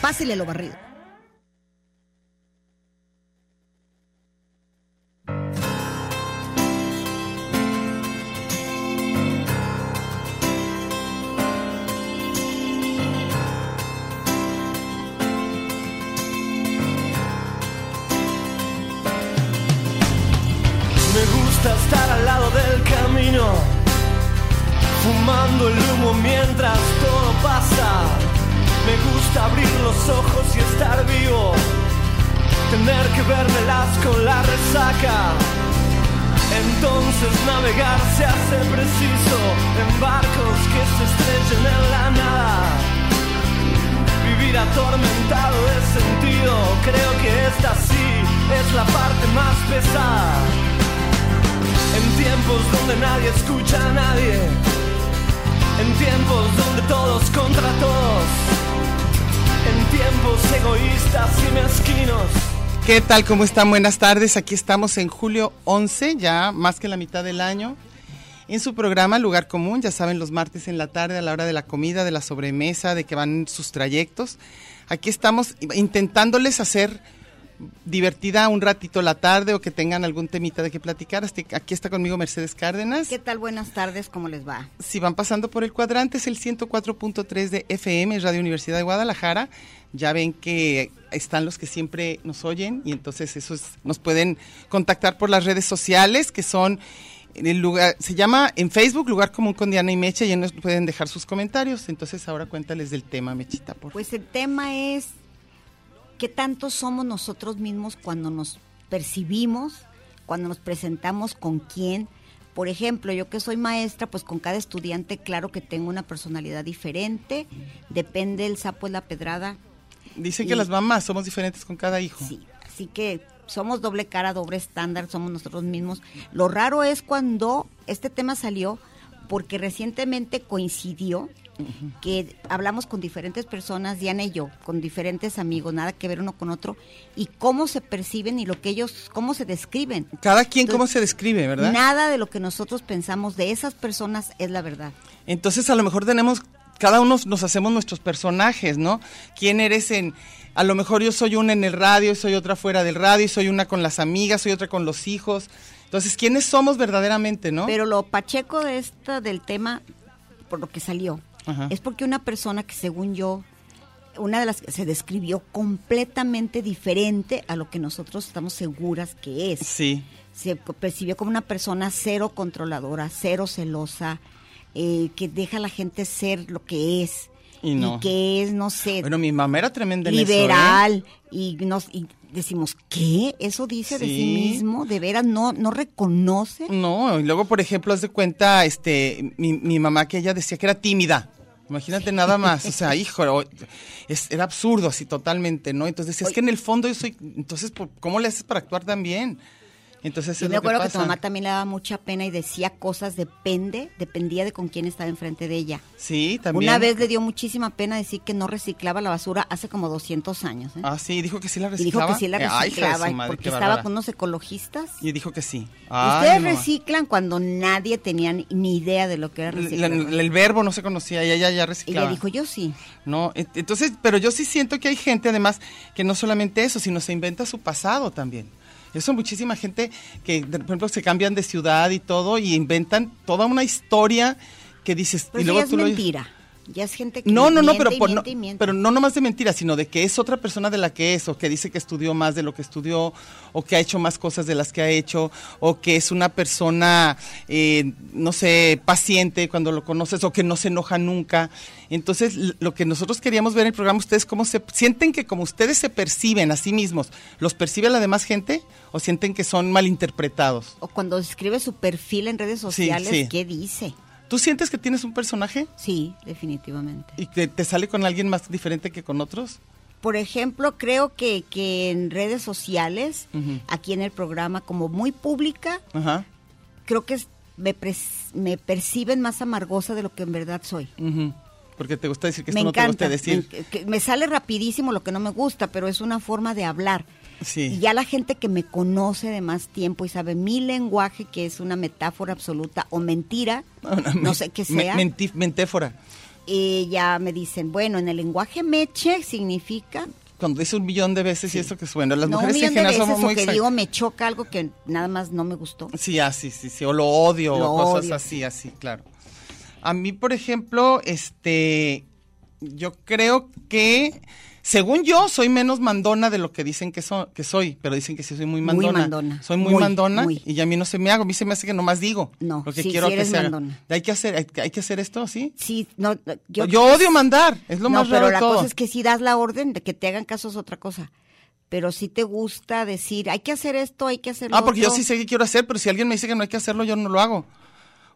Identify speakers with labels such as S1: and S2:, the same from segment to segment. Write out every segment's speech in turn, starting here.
S1: Pásele lo barrido.
S2: Me gusta estar al lado del camino, fumando el humo mientras todo pasa. Me gusta abrir los ojos y estar vivo, tener que vermelas con la resaca. Entonces navegar se hace preciso en barcos que se estrellen en la nada. Vivir atormentado de sentido, creo que esta sí es la parte más pesada. En tiempos donde nadie escucha a nadie. En tiempos donde todos contra todos. En tiempos egoístas y mezquinos.
S3: ¿Qué tal? ¿Cómo están? Buenas tardes. Aquí estamos en julio 11, ya más que la mitad del año. En su programa Lugar Común, ya saben, los martes en la tarde, a la hora de la comida, de la sobremesa, de que van sus trayectos. Aquí estamos intentándoles hacer divertida un ratito la tarde o que tengan algún temita de que platicar. Este- Aquí está conmigo Mercedes Cárdenas.
S1: ¿Qué tal? Buenas tardes, ¿cómo les va?
S3: Si van pasando por el cuadrante, es el 104.3 de FM, Radio Universidad de Guadalajara. Ya ven que están los que siempre nos oyen y entonces esos nos pueden contactar por las redes sociales que son en el lugar, se llama en Facebook Lugar Común con Diana y Mecha y ahí nos pueden dejar sus comentarios. Entonces ahora cuéntales del tema, Mechita, por
S1: Pues el tema es qué tanto somos nosotros mismos cuando nos percibimos, cuando nos presentamos con quién. Por ejemplo, yo que soy maestra, pues con cada estudiante claro que tengo una personalidad diferente, depende el sapo es la pedrada.
S3: Dicen
S1: y-
S3: que las mamás somos diferentes con cada hijo.
S1: Sí, así que somos doble cara, doble estándar, somos nosotros mismos. Lo raro es cuando este tema salió porque recientemente coincidió que hablamos con diferentes personas, Diana y yo, con diferentes amigos, nada que ver uno con otro, y cómo se perciben y lo que ellos, cómo se describen.
S3: Cada quien cómo
S1: Entonces,
S3: se describe, ¿verdad?
S1: Nada de lo que nosotros pensamos de esas personas es la verdad.
S3: Entonces a lo mejor tenemos, cada uno nos hacemos nuestros personajes, ¿no? ¿Quién eres en, a lo mejor yo soy una en el radio, soy otra fuera del radio, soy una con las amigas, soy otra con los hijos. Entonces, ¿quiénes somos verdaderamente, no?
S1: Pero lo pacheco de esta, del tema, por lo que salió,
S3: Ajá.
S1: es porque una persona que según yo, una de las que se describió completamente diferente a lo que nosotros estamos seguras que es.
S3: sí,
S1: Se percibió como una persona cero controladora, cero celosa, eh, que deja a la gente ser lo que es.
S3: Y no.
S1: que es, no sé,
S3: bueno, mi mamá era tremenda en eso, ¿eh?
S1: liberal. y, nos, y decimos, ¿qué? ¿Eso dice de sí
S3: Sí.
S1: mismo? ¿De veras no, no reconoce?
S3: No, y luego, por ejemplo, haz de cuenta, este, mi, mi mamá que ella decía que era tímida. Imagínate nada más, o sea, hijo, o- es- era absurdo así totalmente, ¿no? Entonces, es que en el fondo yo soy, entonces, ¿por- ¿cómo le haces para actuar tan bien? Entonces,
S1: Yo
S3: es
S1: me
S3: lo que
S1: acuerdo que, tu
S3: pasa.
S1: mamá también le daba mucha pena y decía cosas, depende, dependía de con quién estaba enfrente de ella.
S3: Sí, también.
S1: Una vez le dio muchísima pena decir que no reciclaba la basura hace como 200 años. ¿eh?
S3: Ah, sí, dijo que sí la
S1: y dijo
S3: reciclaba.
S1: que sí la
S3: Eh, ay, hija de su
S1: reciclaba
S3: madre,
S1: porque
S3: qué
S1: estaba
S3: bárbara.
S1: con unos ecologistas.
S3: Y dijo que sí. Ay,
S1: Ustedes
S3: mamá.
S1: reciclan cuando nadie tenía ni idea de lo que era
S3: La-
S1: reciclar.
S3: la- el verbo no se conocía y ella ya
S1: y le
S3: reciclaba.
S1: dijo, yo sí.
S3: No, et- entonces, pero yo sí siento que hay gente además que no solamente eso, sino se inventa su pasado también. Eso muchísima gente que, de- por ejemplo, se cambian de ciudad y todo y inventan toda una historia que dices...
S1: Pero
S3: y
S1: eso
S3: luego
S1: ya Pues es
S3: tú lo oyes.
S1: mentira. Ya es gente que
S3: No, no, no,
S1: miente
S3: pero,
S1: y
S3: por-
S1: miente y
S3: no-
S1: miente.
S3: pero no nomás de mentira, sino de que es otra persona de la que es, o que dice que estudió más de lo que estudió, o que ha hecho más cosas de las que ha hecho, o que es una persona, eh, no sé, paciente cuando lo conoces, o que no se enoja nunca. Entonces, l- lo que nosotros queríamos ver en el programa, ustedes cómo se sienten que como ustedes se perciben a sí mismos, ¿los percibe la demás gente o sienten que son malinterpretados?
S1: O cuando escribe su perfil en redes sociales,
S3: sí.
S1: ¿qué dice?
S3: ¿Tú sientes que tienes un personaje
S1: Sí, definitivamente.
S3: y que te sale con alguien más diferente que con otros?
S1: Por ejemplo, creo que, que en redes sociales,
S3: Ujú.
S1: aquí en el programa, como muy pública,
S3: Ajá.
S1: creo que es- me, pres- me perciben más amargosa de lo que en verdad soy.
S3: Ujú, Porque te gusta decir que
S1: me
S3: esto
S1: encanta.
S3: no te gusta decir.
S1: Me, que- me sale rapidísimo lo que no me gusta, pero es una forma de hablar. Y
S3: Sí.
S1: ya la gente que me conoce de más tiempo y sabe mi lenguaje, que es una metáfora absoluta o mentira, no, sé qué
S3: Me-
S1: sea,
S3: menti- mentéfora.
S1: y ya me dicen, bueno, en el lenguaje meche significa...
S3: Cuando dice un millón de veces y eso que suena. Las
S1: no, un
S3: mujeres en
S1: millón de
S3: general
S1: veces,
S3: somos
S1: o
S3: muy
S1: que
S3: exact-
S1: digo, me choca algo que nada más no me gustó.
S3: Sí, ah, sí, sí, sí. O lo odio,
S1: Lo
S3: o cosas
S1: odio.
S3: así, así, claro. A mí, por ejemplo, este. Yo creo que. Según yo, soy menos mandona de lo que dicen que, so- que soy, pero dicen que sí soy muy
S1: Muy
S3: mandona.
S1: mandona.
S3: Soy muy,
S1: Muy,
S3: mandona
S1: muy.
S3: y a mí no se me hago, a mí se me hace que nomás digo
S1: No,
S3: lo que
S1: sí,
S3: quiero
S1: sí
S3: que
S1: eres
S3: se haga.
S1: mandona.
S3: Hay que hacer, hay, hay que hacer esto, ¿sí?
S1: Sí, no, no,
S3: Yo, odio mandar, es lo
S1: no,
S3: más
S1: pero
S3: raro de
S1: la
S3: todo.
S1: cosa es que si das la orden de que te hagan caso es otra cosa. Pero si te gusta decir, hay que hacer esto, hay que hacerlo.
S3: Ah, porque yo sí sé qué quiero hacer, pero si alguien me dice que no hay que hacerlo, yo no lo hago.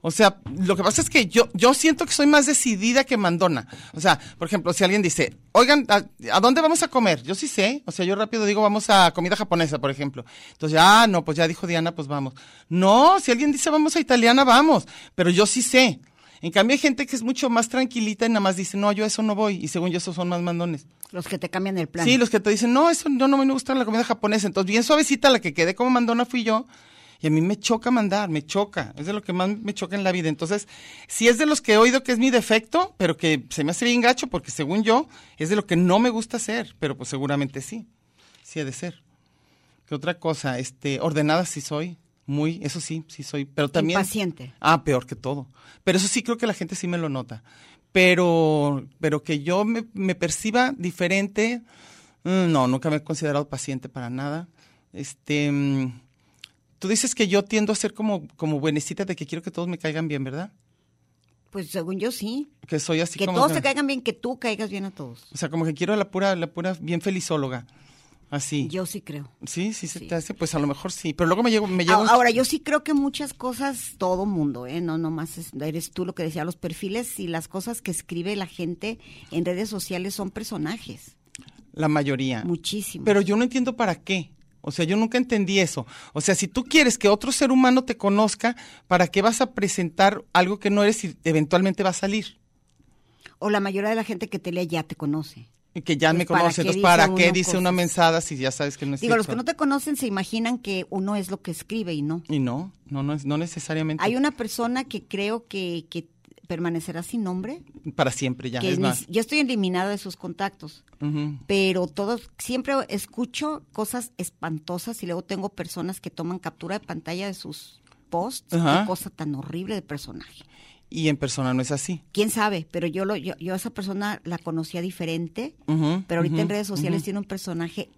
S3: O sea, lo que pasa es que yo, yo siento que soy más decidida que mandona. O sea, por ejemplo, si alguien dice, oigan, ¿a, a dónde vamos a comer? Yo sí sé. O sea, yo rápido digo, vamos a comida japonesa, por ejemplo. Entonces, ah, no, pues ya dijo Diana, pues vamos. No, si alguien dice, vamos a italiana, vamos. Pero yo sí sé. En cambio, hay gente que es mucho más tranquilita y nada más dice, no, yo a eso no voy. Y según yo, esos son más mandones.
S1: Los que te cambian el plan.
S3: Sí, los que te dicen, no, eso yo no me gusta la comida japonesa. Entonces, bien suavecita, la que quedé como mandona fui yo. Y a mí me choca mandar, me choca. Es de lo que más me choca en la vida. Entonces, si es de los que he oído que es mi defecto, pero que se me hace bien gacho, porque según yo, es de lo que no me gusta hacer. Pero pues seguramente sí. Sí ha de ser. ¿Qué otra cosa? Este, ordenada sí soy. Muy, eso sí, sí soy. Pero también.
S1: Impaciente.
S3: Ah, peor que todo. Pero eso sí creo que la gente sí me lo nota. Pero, pero que yo me, me perciba diferente, mm, no, nunca me he considerado paciente para nada. Este, mm, tú dices que yo tiendo a ser como, como buenecita de que quiero que todos me caigan bien, ¿verdad?
S1: Pues según yo sí.
S3: Que soy así
S1: que
S3: como
S1: todos
S3: que-
S1: te caigan bien, que tú caigas bien a todos.
S3: o sea, como que quiero la pura, la pura bien felizóloga. Así.
S1: Yo sí creo.
S3: sí, sí se
S1: sí.
S3: te hace, pues a lo mejor sí. Pero luego me llego, me llego.
S1: Ahora, ahora, yo sí creo que muchas cosas, todo mundo, ¿eh? No nomás es- eres tú lo que decía, los perfiles y las cosas que escribe la gente en redes sociales son personajes.
S3: la mayoría.
S1: Muchísimo.
S3: Ah. Pero yo no entiendo para qué. O sea, yo nunca entendí eso. O sea, si tú quieres que otro ser humano te conozca, ¿para qué vas a presentar algo que no eres y eventualmente va a salir?
S1: O la mayoría de la gente que te lee ya te conoce.
S3: Y que ya
S1: Pues,
S3: me
S1: ¿para
S3: conoce.
S1: qué
S3: Entonces,
S1: dice
S3: ¿para qué
S1: uno
S3: dice una
S1: cosas?
S3: mensada si ya sabes que no es
S1: Digo, los que
S3: cierto?
S1: no te conocen se imaginan que uno es lo que escribe y no.
S3: Y no, no, no, es- no necesariamente.
S1: Hay una persona que creo que, que permanecerá sin nombre.
S3: Para siempre ya,
S1: que
S3: es
S1: ni-
S3: más.
S1: yo estoy eliminada de sus contactos.
S3: Ujú.
S1: pero todos siempre escucho cosas espantosas y luego tengo personas que toman captura de pantalla de sus posts,
S3: Ajá.
S1: qué cosa tan horrible de personaje.
S3: Y en persona no es así.
S1: Quién sabe, pero yo lo yo, yo a esa persona la conocía diferente,
S3: Ujú,
S1: pero ahorita
S3: ujú,
S1: en redes sociales
S3: ujú.
S1: tiene un personaje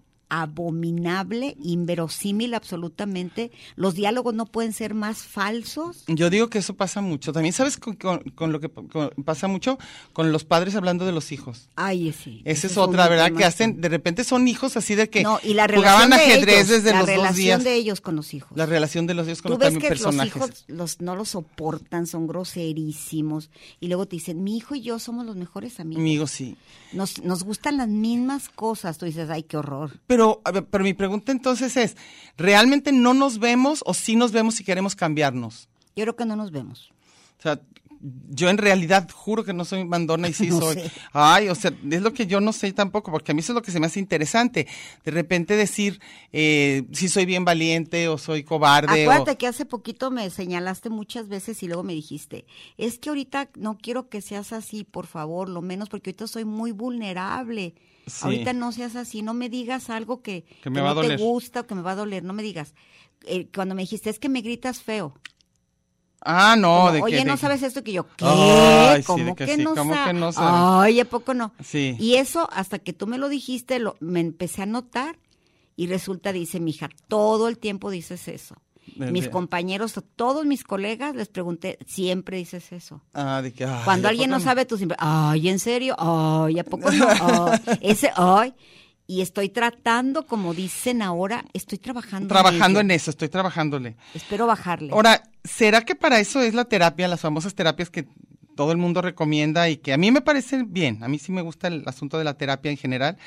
S1: abominable, inverosímil absolutamente. Los diálogos no pueden ser más falsos.
S3: Yo digo que eso pasa mucho. También, ¿sabes con, con- con lo que con- pasa mucho? Con los padres hablando de los hijos.
S1: Ay, sí.
S3: Esa es
S1: un
S3: otra, ¿verdad?
S1: tema.
S3: Que hacen, de repente son hijos así de que
S1: No, y la relación
S3: jugaban
S1: de
S3: ajedrez
S1: ellos,
S3: desde
S1: la
S3: los dos
S1: relación
S3: días.
S1: de ellos con los hijos.
S3: La relación de los hijos con
S1: Tú
S3: los
S1: ves
S3: también
S1: que
S3: personajes.
S1: los hijos los, no los soportan, son groserísimos. Y luego te dicen, mi hijo y yo somos los mejores amigos.
S3: Amigo, sí.
S1: Nos, nos gustan las mismas cosas. Tú dices, ay, qué horror.
S3: Pero, a ver, pero mi pregunta entonces es, ¿realmente no nos vemos o sí nos vemos si queremos cambiarnos?
S1: Yo creo que no nos vemos.
S3: O sea, yo en realidad juro que no soy mandona y sí
S1: No
S3: soy.
S1: sé.
S3: Ay, o sea, es lo que yo no sé tampoco, porque a mí eso es lo que se me hace interesante. De repente decir eh, si soy bien valiente o soy cobarde. o-
S1: Acuérdate que hace poquito me señalaste muchas veces y luego me dijiste, es que ahorita no quiero que seas así, por favor, lo menos, porque ahorita soy muy vulnerable.
S3: Sí.
S1: Ahorita no seas así, no me digas algo que,
S3: Que me va a
S1: no
S3: doler.
S1: te gusta o que me va a doler, no me digas. Eh, cuando me dijiste, es que me gritas feo.
S3: Ah, no,
S1: Como,
S3: de
S1: Oye,
S3: que,
S1: no
S3: de-
S1: sabes esto que yo, ¿qué?
S3: Ay, sí,
S1: ¿Cómo,
S3: de que
S1: que,
S3: sí,
S1: no
S3: ¿cómo
S1: sa-
S3: que no sabes?
S1: Ay, ¿a poco no?
S3: Sí.
S1: Y eso, hasta que tú me lo dijiste, lo, me empecé a notar y resulta, dice mi hija, todo el tiempo dices eso.
S3: De-
S1: Mis
S3: de-
S1: compañeros, a todos mis colegas, les pregunté, siempre dices eso.
S3: Ah, de que, ay,
S1: Cuando
S3: ¿a
S1: alguien no
S3: poco
S1: sabe, tú siempre, ay, ¿en serio? Ay, ¿a poco no? Ay, ese, ay. Y estoy tratando, como dicen ahora, estoy trabajando.
S3: Trabajando en
S1: ello.
S3: eso, estoy trabajándole.
S1: Espero bajarle.
S3: Ahora, ¿será que para eso es la terapia, las famosas terapias que todo el mundo recomienda y que a mí me parecen bien? A mí sí me gusta el asunto de la terapia en general.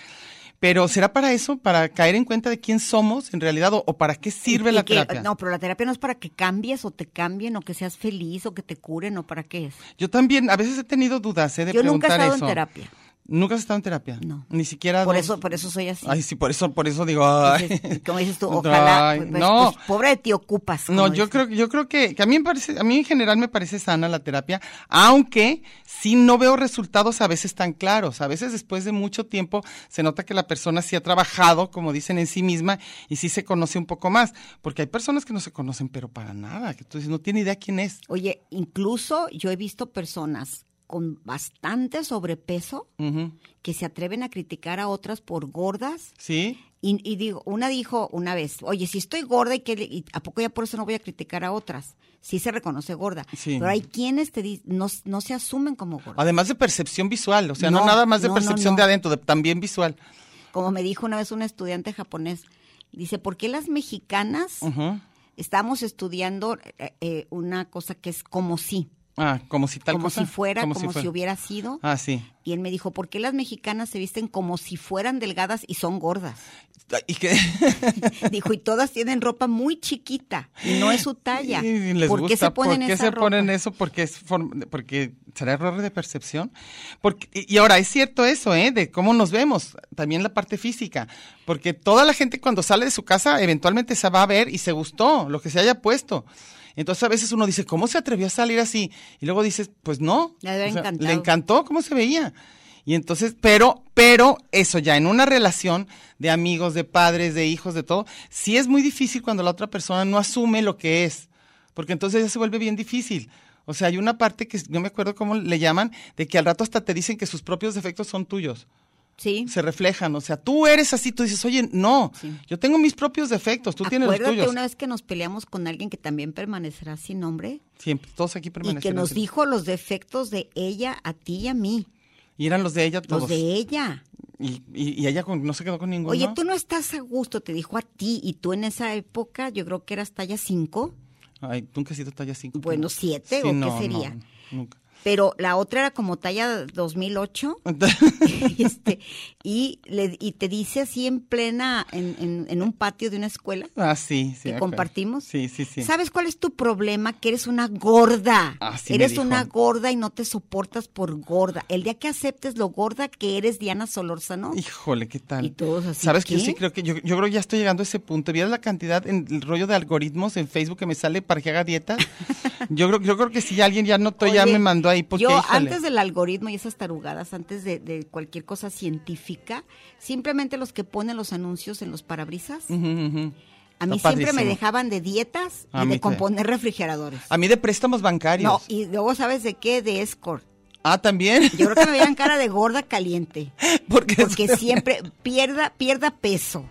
S3: Pero ¿será para eso, para caer en cuenta de quién somos en realidad o, o para qué sirve
S1: Y
S3: la
S1: que-
S3: terapia?
S1: No, pero la terapia no es para que cambies o te cambien o que seas feliz o que te curen o para qué es.
S3: Yo también a veces he tenido dudas ¿eh? de
S1: Yo nunca he
S3: preguntar
S1: estado
S3: eso.
S1: en terapia.
S3: Nunca has estado en terapia.
S1: No.
S3: Ni siquiera
S1: Por
S3: dos-
S1: eso, por eso soy así.
S3: Ay, sí, por eso, por eso digo, ay.
S1: Entonces, como dices tú, ojalá.
S3: Ay,
S1: pues, pues,
S3: no.
S1: pues, pobre de ti, ocupas. como
S3: No, yo
S1: dicen.
S3: creo, yo creo que, que a mí me parece, a mí en general me parece sana la terapia, aunque sí no veo resultados a veces tan claros. A veces después de mucho tiempo se nota que la persona sí ha trabajado, como dicen, en sí misma y sí se conoce un poco más, porque hay personas que no se conocen pero para nada, que tú dices, no tiene idea quién es.
S1: Oye, incluso yo he visto personas con bastante sobrepeso
S3: Ujú.
S1: que se atreven a criticar a otras por gordas.
S3: Sí,
S1: Y, y digo, una dijo una vez, oye, si estoy gorda y que a poco ya por eso no voy a criticar a otras. Sí se reconoce gorda,
S3: Sí.
S1: pero hay quienes te di- no, no se asumen como gordas.
S3: además de percepción visual, o sea, no,
S1: No,
S3: nada más de
S1: no, no,
S3: percepción
S1: no.
S3: de adentro, de- también visual.
S1: Como me dijo una vez un estudiante japonés, dice, ¿por qué las mexicanas
S3: Ujú.
S1: estamos estudiando eh, eh, una cosa que es como si,
S3: Ah, como si tal
S1: como
S3: cosa,
S1: si fuera, como, si,
S3: fuera.
S1: hubiera sido?
S3: Ah, sí.
S1: Y él me dijo, ¿por qué las mexicanas se visten como si fueran delgadas y son gordas?
S3: Y que
S1: Dijo, y todas tienen ropa muy chiquita y no es su talla.
S3: Y les
S1: ¿Por qué
S3: gusta,
S1: se ponen
S3: ¿por qué
S1: esa
S3: se
S1: ropa?
S3: ponen eso? Porque es form- porque será error de percepción. Porque y y ahora es cierto eso, ¿eh? De cómo nos vemos, también la parte física, porque toda la gente cuando sale de su casa eventualmente se va a ver y se gustó lo que se haya puesto. Entonces a veces uno dice, "¿Cómo se atrevió a salir así?" Y luego dices, "Pues no."
S1: Le ha de haber encantado.
S3: le encantó cómo se veía. Y entonces, pero, pero eso ya en una relación de amigos, de padres, de hijos, de todo, sí es muy difícil cuando la otra persona no asume lo que es, porque entonces ya se vuelve bien difícil. O sea, hay una parte que no me acuerdo cómo le llaman, de que al rato hasta te dicen que sus propios defectos son tuyos,
S1: Sí.
S3: se reflejan. O sea, tú eres así, tú dices, oye, no,
S1: Sí.
S3: yo tengo mis propios defectos, tú tienes los
S1: Acuérdate
S3: tuyos.
S1: una vez que nos peleamos con alguien que también permanecerá sin nombre
S3: Siempre, todos aquí
S1: y que
S3: permanecen.
S1: nos
S3: así.
S1: dijo los defectos de ella a ti y a mí,
S3: Y eran los de ella todos.
S1: los de ella.
S3: Y, y- y ella con- no se quedó con ninguno.
S1: Oye, tú no estás a gusto, te dijo a ti, y tú en esa época, yo creo que eras talla 5,
S3: Ay, nunca he sido talla 5.
S1: Bueno, siete, ¿o qué sería?
S3: nunca.
S1: pero la otra era como talla 2008, este, y, le, y te dice así en plena, en, en- en un patio de una escuela
S3: ah, sí, sí.
S1: que
S3: me acuerdo.
S1: compartimos.
S3: Sí, sí, sí.
S1: ¿Sabes cuál es tu problema? Que eres una gorda.
S3: Así me
S1: eres
S3: dijo.
S1: una gorda y no te soportas por gorda. El día que aceptes lo gorda que eres, Diana Solórzano,
S3: Híjole, ¿qué tal?
S1: Y todos así,
S3: ¿Sabes que yo
S1: ¿qué?
S3: sí creo que yo, yo creo que ya estoy llegando a ese punto? ¿Vieras la cantidad en el rollo de algoritmos en Facebook que me sale para que haga dietas? yo creo yo creo que si alguien ya notó ya
S1: Oye,
S3: me mandó ahí porque
S1: yo
S3: híjole.
S1: antes del algoritmo y esas tarugadas, antes de, de cualquier cosa científica, simplemente los que ponen los anuncios en los parabrisas,
S3: Ujú, ujú.
S1: a mí
S3: Mm, Está
S1: siempre me
S3: padrísimo.
S1: dejaban de dietas
S3: A
S1: y
S3: mí
S1: de
S3: Ah, te-
S1: componer refrigeradores.
S3: A mí de préstamos bancarios.
S1: No, y luego sabes de qué, de escort.
S3: Ah, también.
S1: Yo creo que me veían cara de gorda caliente.
S3: porque
S1: Porque siempre pierda, pierda peso.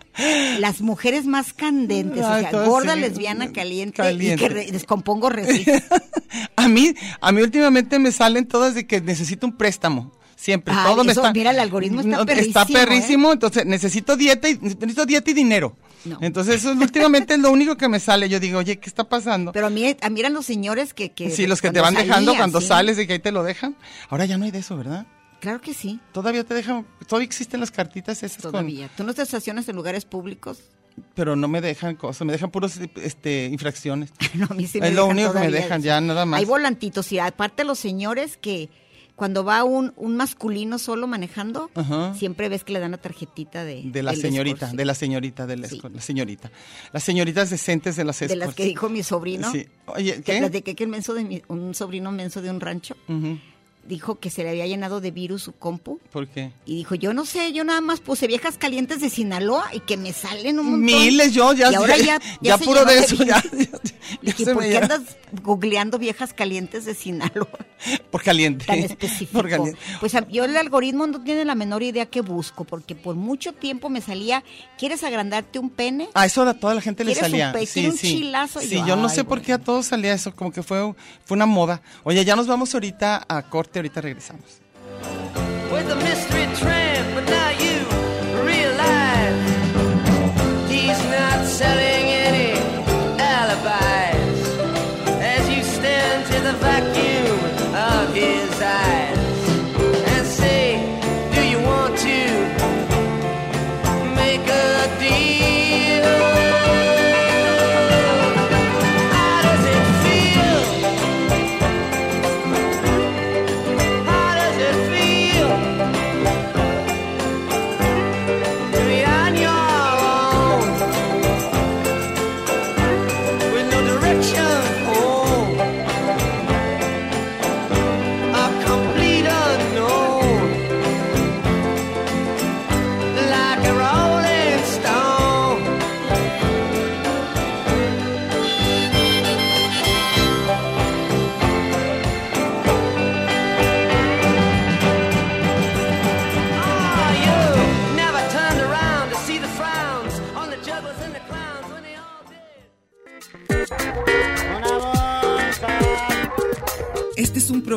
S1: Las mujeres más candentes,
S3: Ay,
S1: o sea,
S3: todas
S1: gorda,
S3: sí,
S1: lesbiana, caliente,
S3: caliente.
S1: y que re- descompongo refri.
S3: a mí a mí últimamente me salen todas de que necesito un préstamo. Siempre,
S1: Ay,
S3: todo me
S1: Ah, eso,
S3: está.
S1: mira, el algoritmo está
S3: Está
S1: perrísimo, ¿eh?
S3: perrísimo, entonces necesito dieta y necesito dieta y dinero.
S1: No.
S3: Entonces, eso es, últimamente es lo único que me sale. Yo digo, oye, ¿qué está pasando?
S1: Pero a mí, a mí eran los señores que... que
S3: sí, los que te van
S1: cuando
S3: dejando
S1: salía,
S3: cuando
S1: sí.
S3: sales de que ahí te lo dejan. Ahora ya no hay de eso, ¿verdad?
S1: Claro que sí.
S3: Todavía te dejan, todavía existen las cartitas esas con-
S1: Todavía. ¿Tú no te estacionas en lugares públicos?
S3: pero no me dejan cosas, me dejan puros este infracciones.
S1: No, a mí sí me
S3: Es lo
S1: dejan
S3: único que me
S1: todavía
S3: dejan,
S1: eso.
S3: ya, nada más.
S1: Hay volantitos y aparte los señores que cuando va un, un masculino solo manejando,
S3: Ajá.
S1: siempre ves que le dan la tarjetita de...
S3: De la
S1: del
S3: señorita,
S1: escort, sí.
S3: de la señorita, de la,
S1: Sí.
S3: escort- la señorita. Las señoritas decentes de las
S1: de las
S3: escorts.
S1: que dijo mi sobrino.
S3: Sí. Oye,
S1: Que
S3: ¿qué?
S1: platiqué que el menso de mi- un sobrino menso de un rancho
S3: Ujú.
S1: dijo que se le había llenado de virus su compu.
S3: ¿Por qué?
S1: Y dijo, yo no sé, yo nada más puse viejas calientes de Sinaloa y que me salen un montón.
S3: Miles, yo ya.
S1: Y ahora ya,
S3: ya
S1: se
S3: puro
S1: llenó
S3: de eso.
S1: virus.
S3: Ya, ya- Ya
S1: ¿Y
S3: se
S1: por
S3: me
S1: qué
S3: dio-
S1: andas googleando viejas calientes de Sinaloa
S3: Por caliente.
S1: tan específico?
S3: Por caliente.
S1: Pues a- yo el algoritmo no tiene la menor idea que busco, porque por mucho tiempo me salía, ¿quieres agrandarte un pene?
S3: A eso a toda la gente le
S1: ¿Quieres un
S3: salía.
S1: pe-
S3: sí,
S1: quiere un
S3: sí.
S1: chilazo? Y
S3: Sí,
S1: yo,
S3: yo, no
S1: ay,
S3: sé por qué a
S1: bueno.
S3: todos salía eso, como que fue, fue una moda. Oye, ya nos vamos ahorita a corte, ahorita regresamos.
S2: with the mystery train, but now you realize he's not selling any alibis as you stand to the vacuum of his eyes and say, Do you want to make a deal? How does it feel? How does it feel to be on your own with no direction home? A complete unknown, like a rolling stone. Ah, you never turned around to see the frowns on the jugglers and the clowns when they all did.
S4: Este es un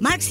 S1: Marx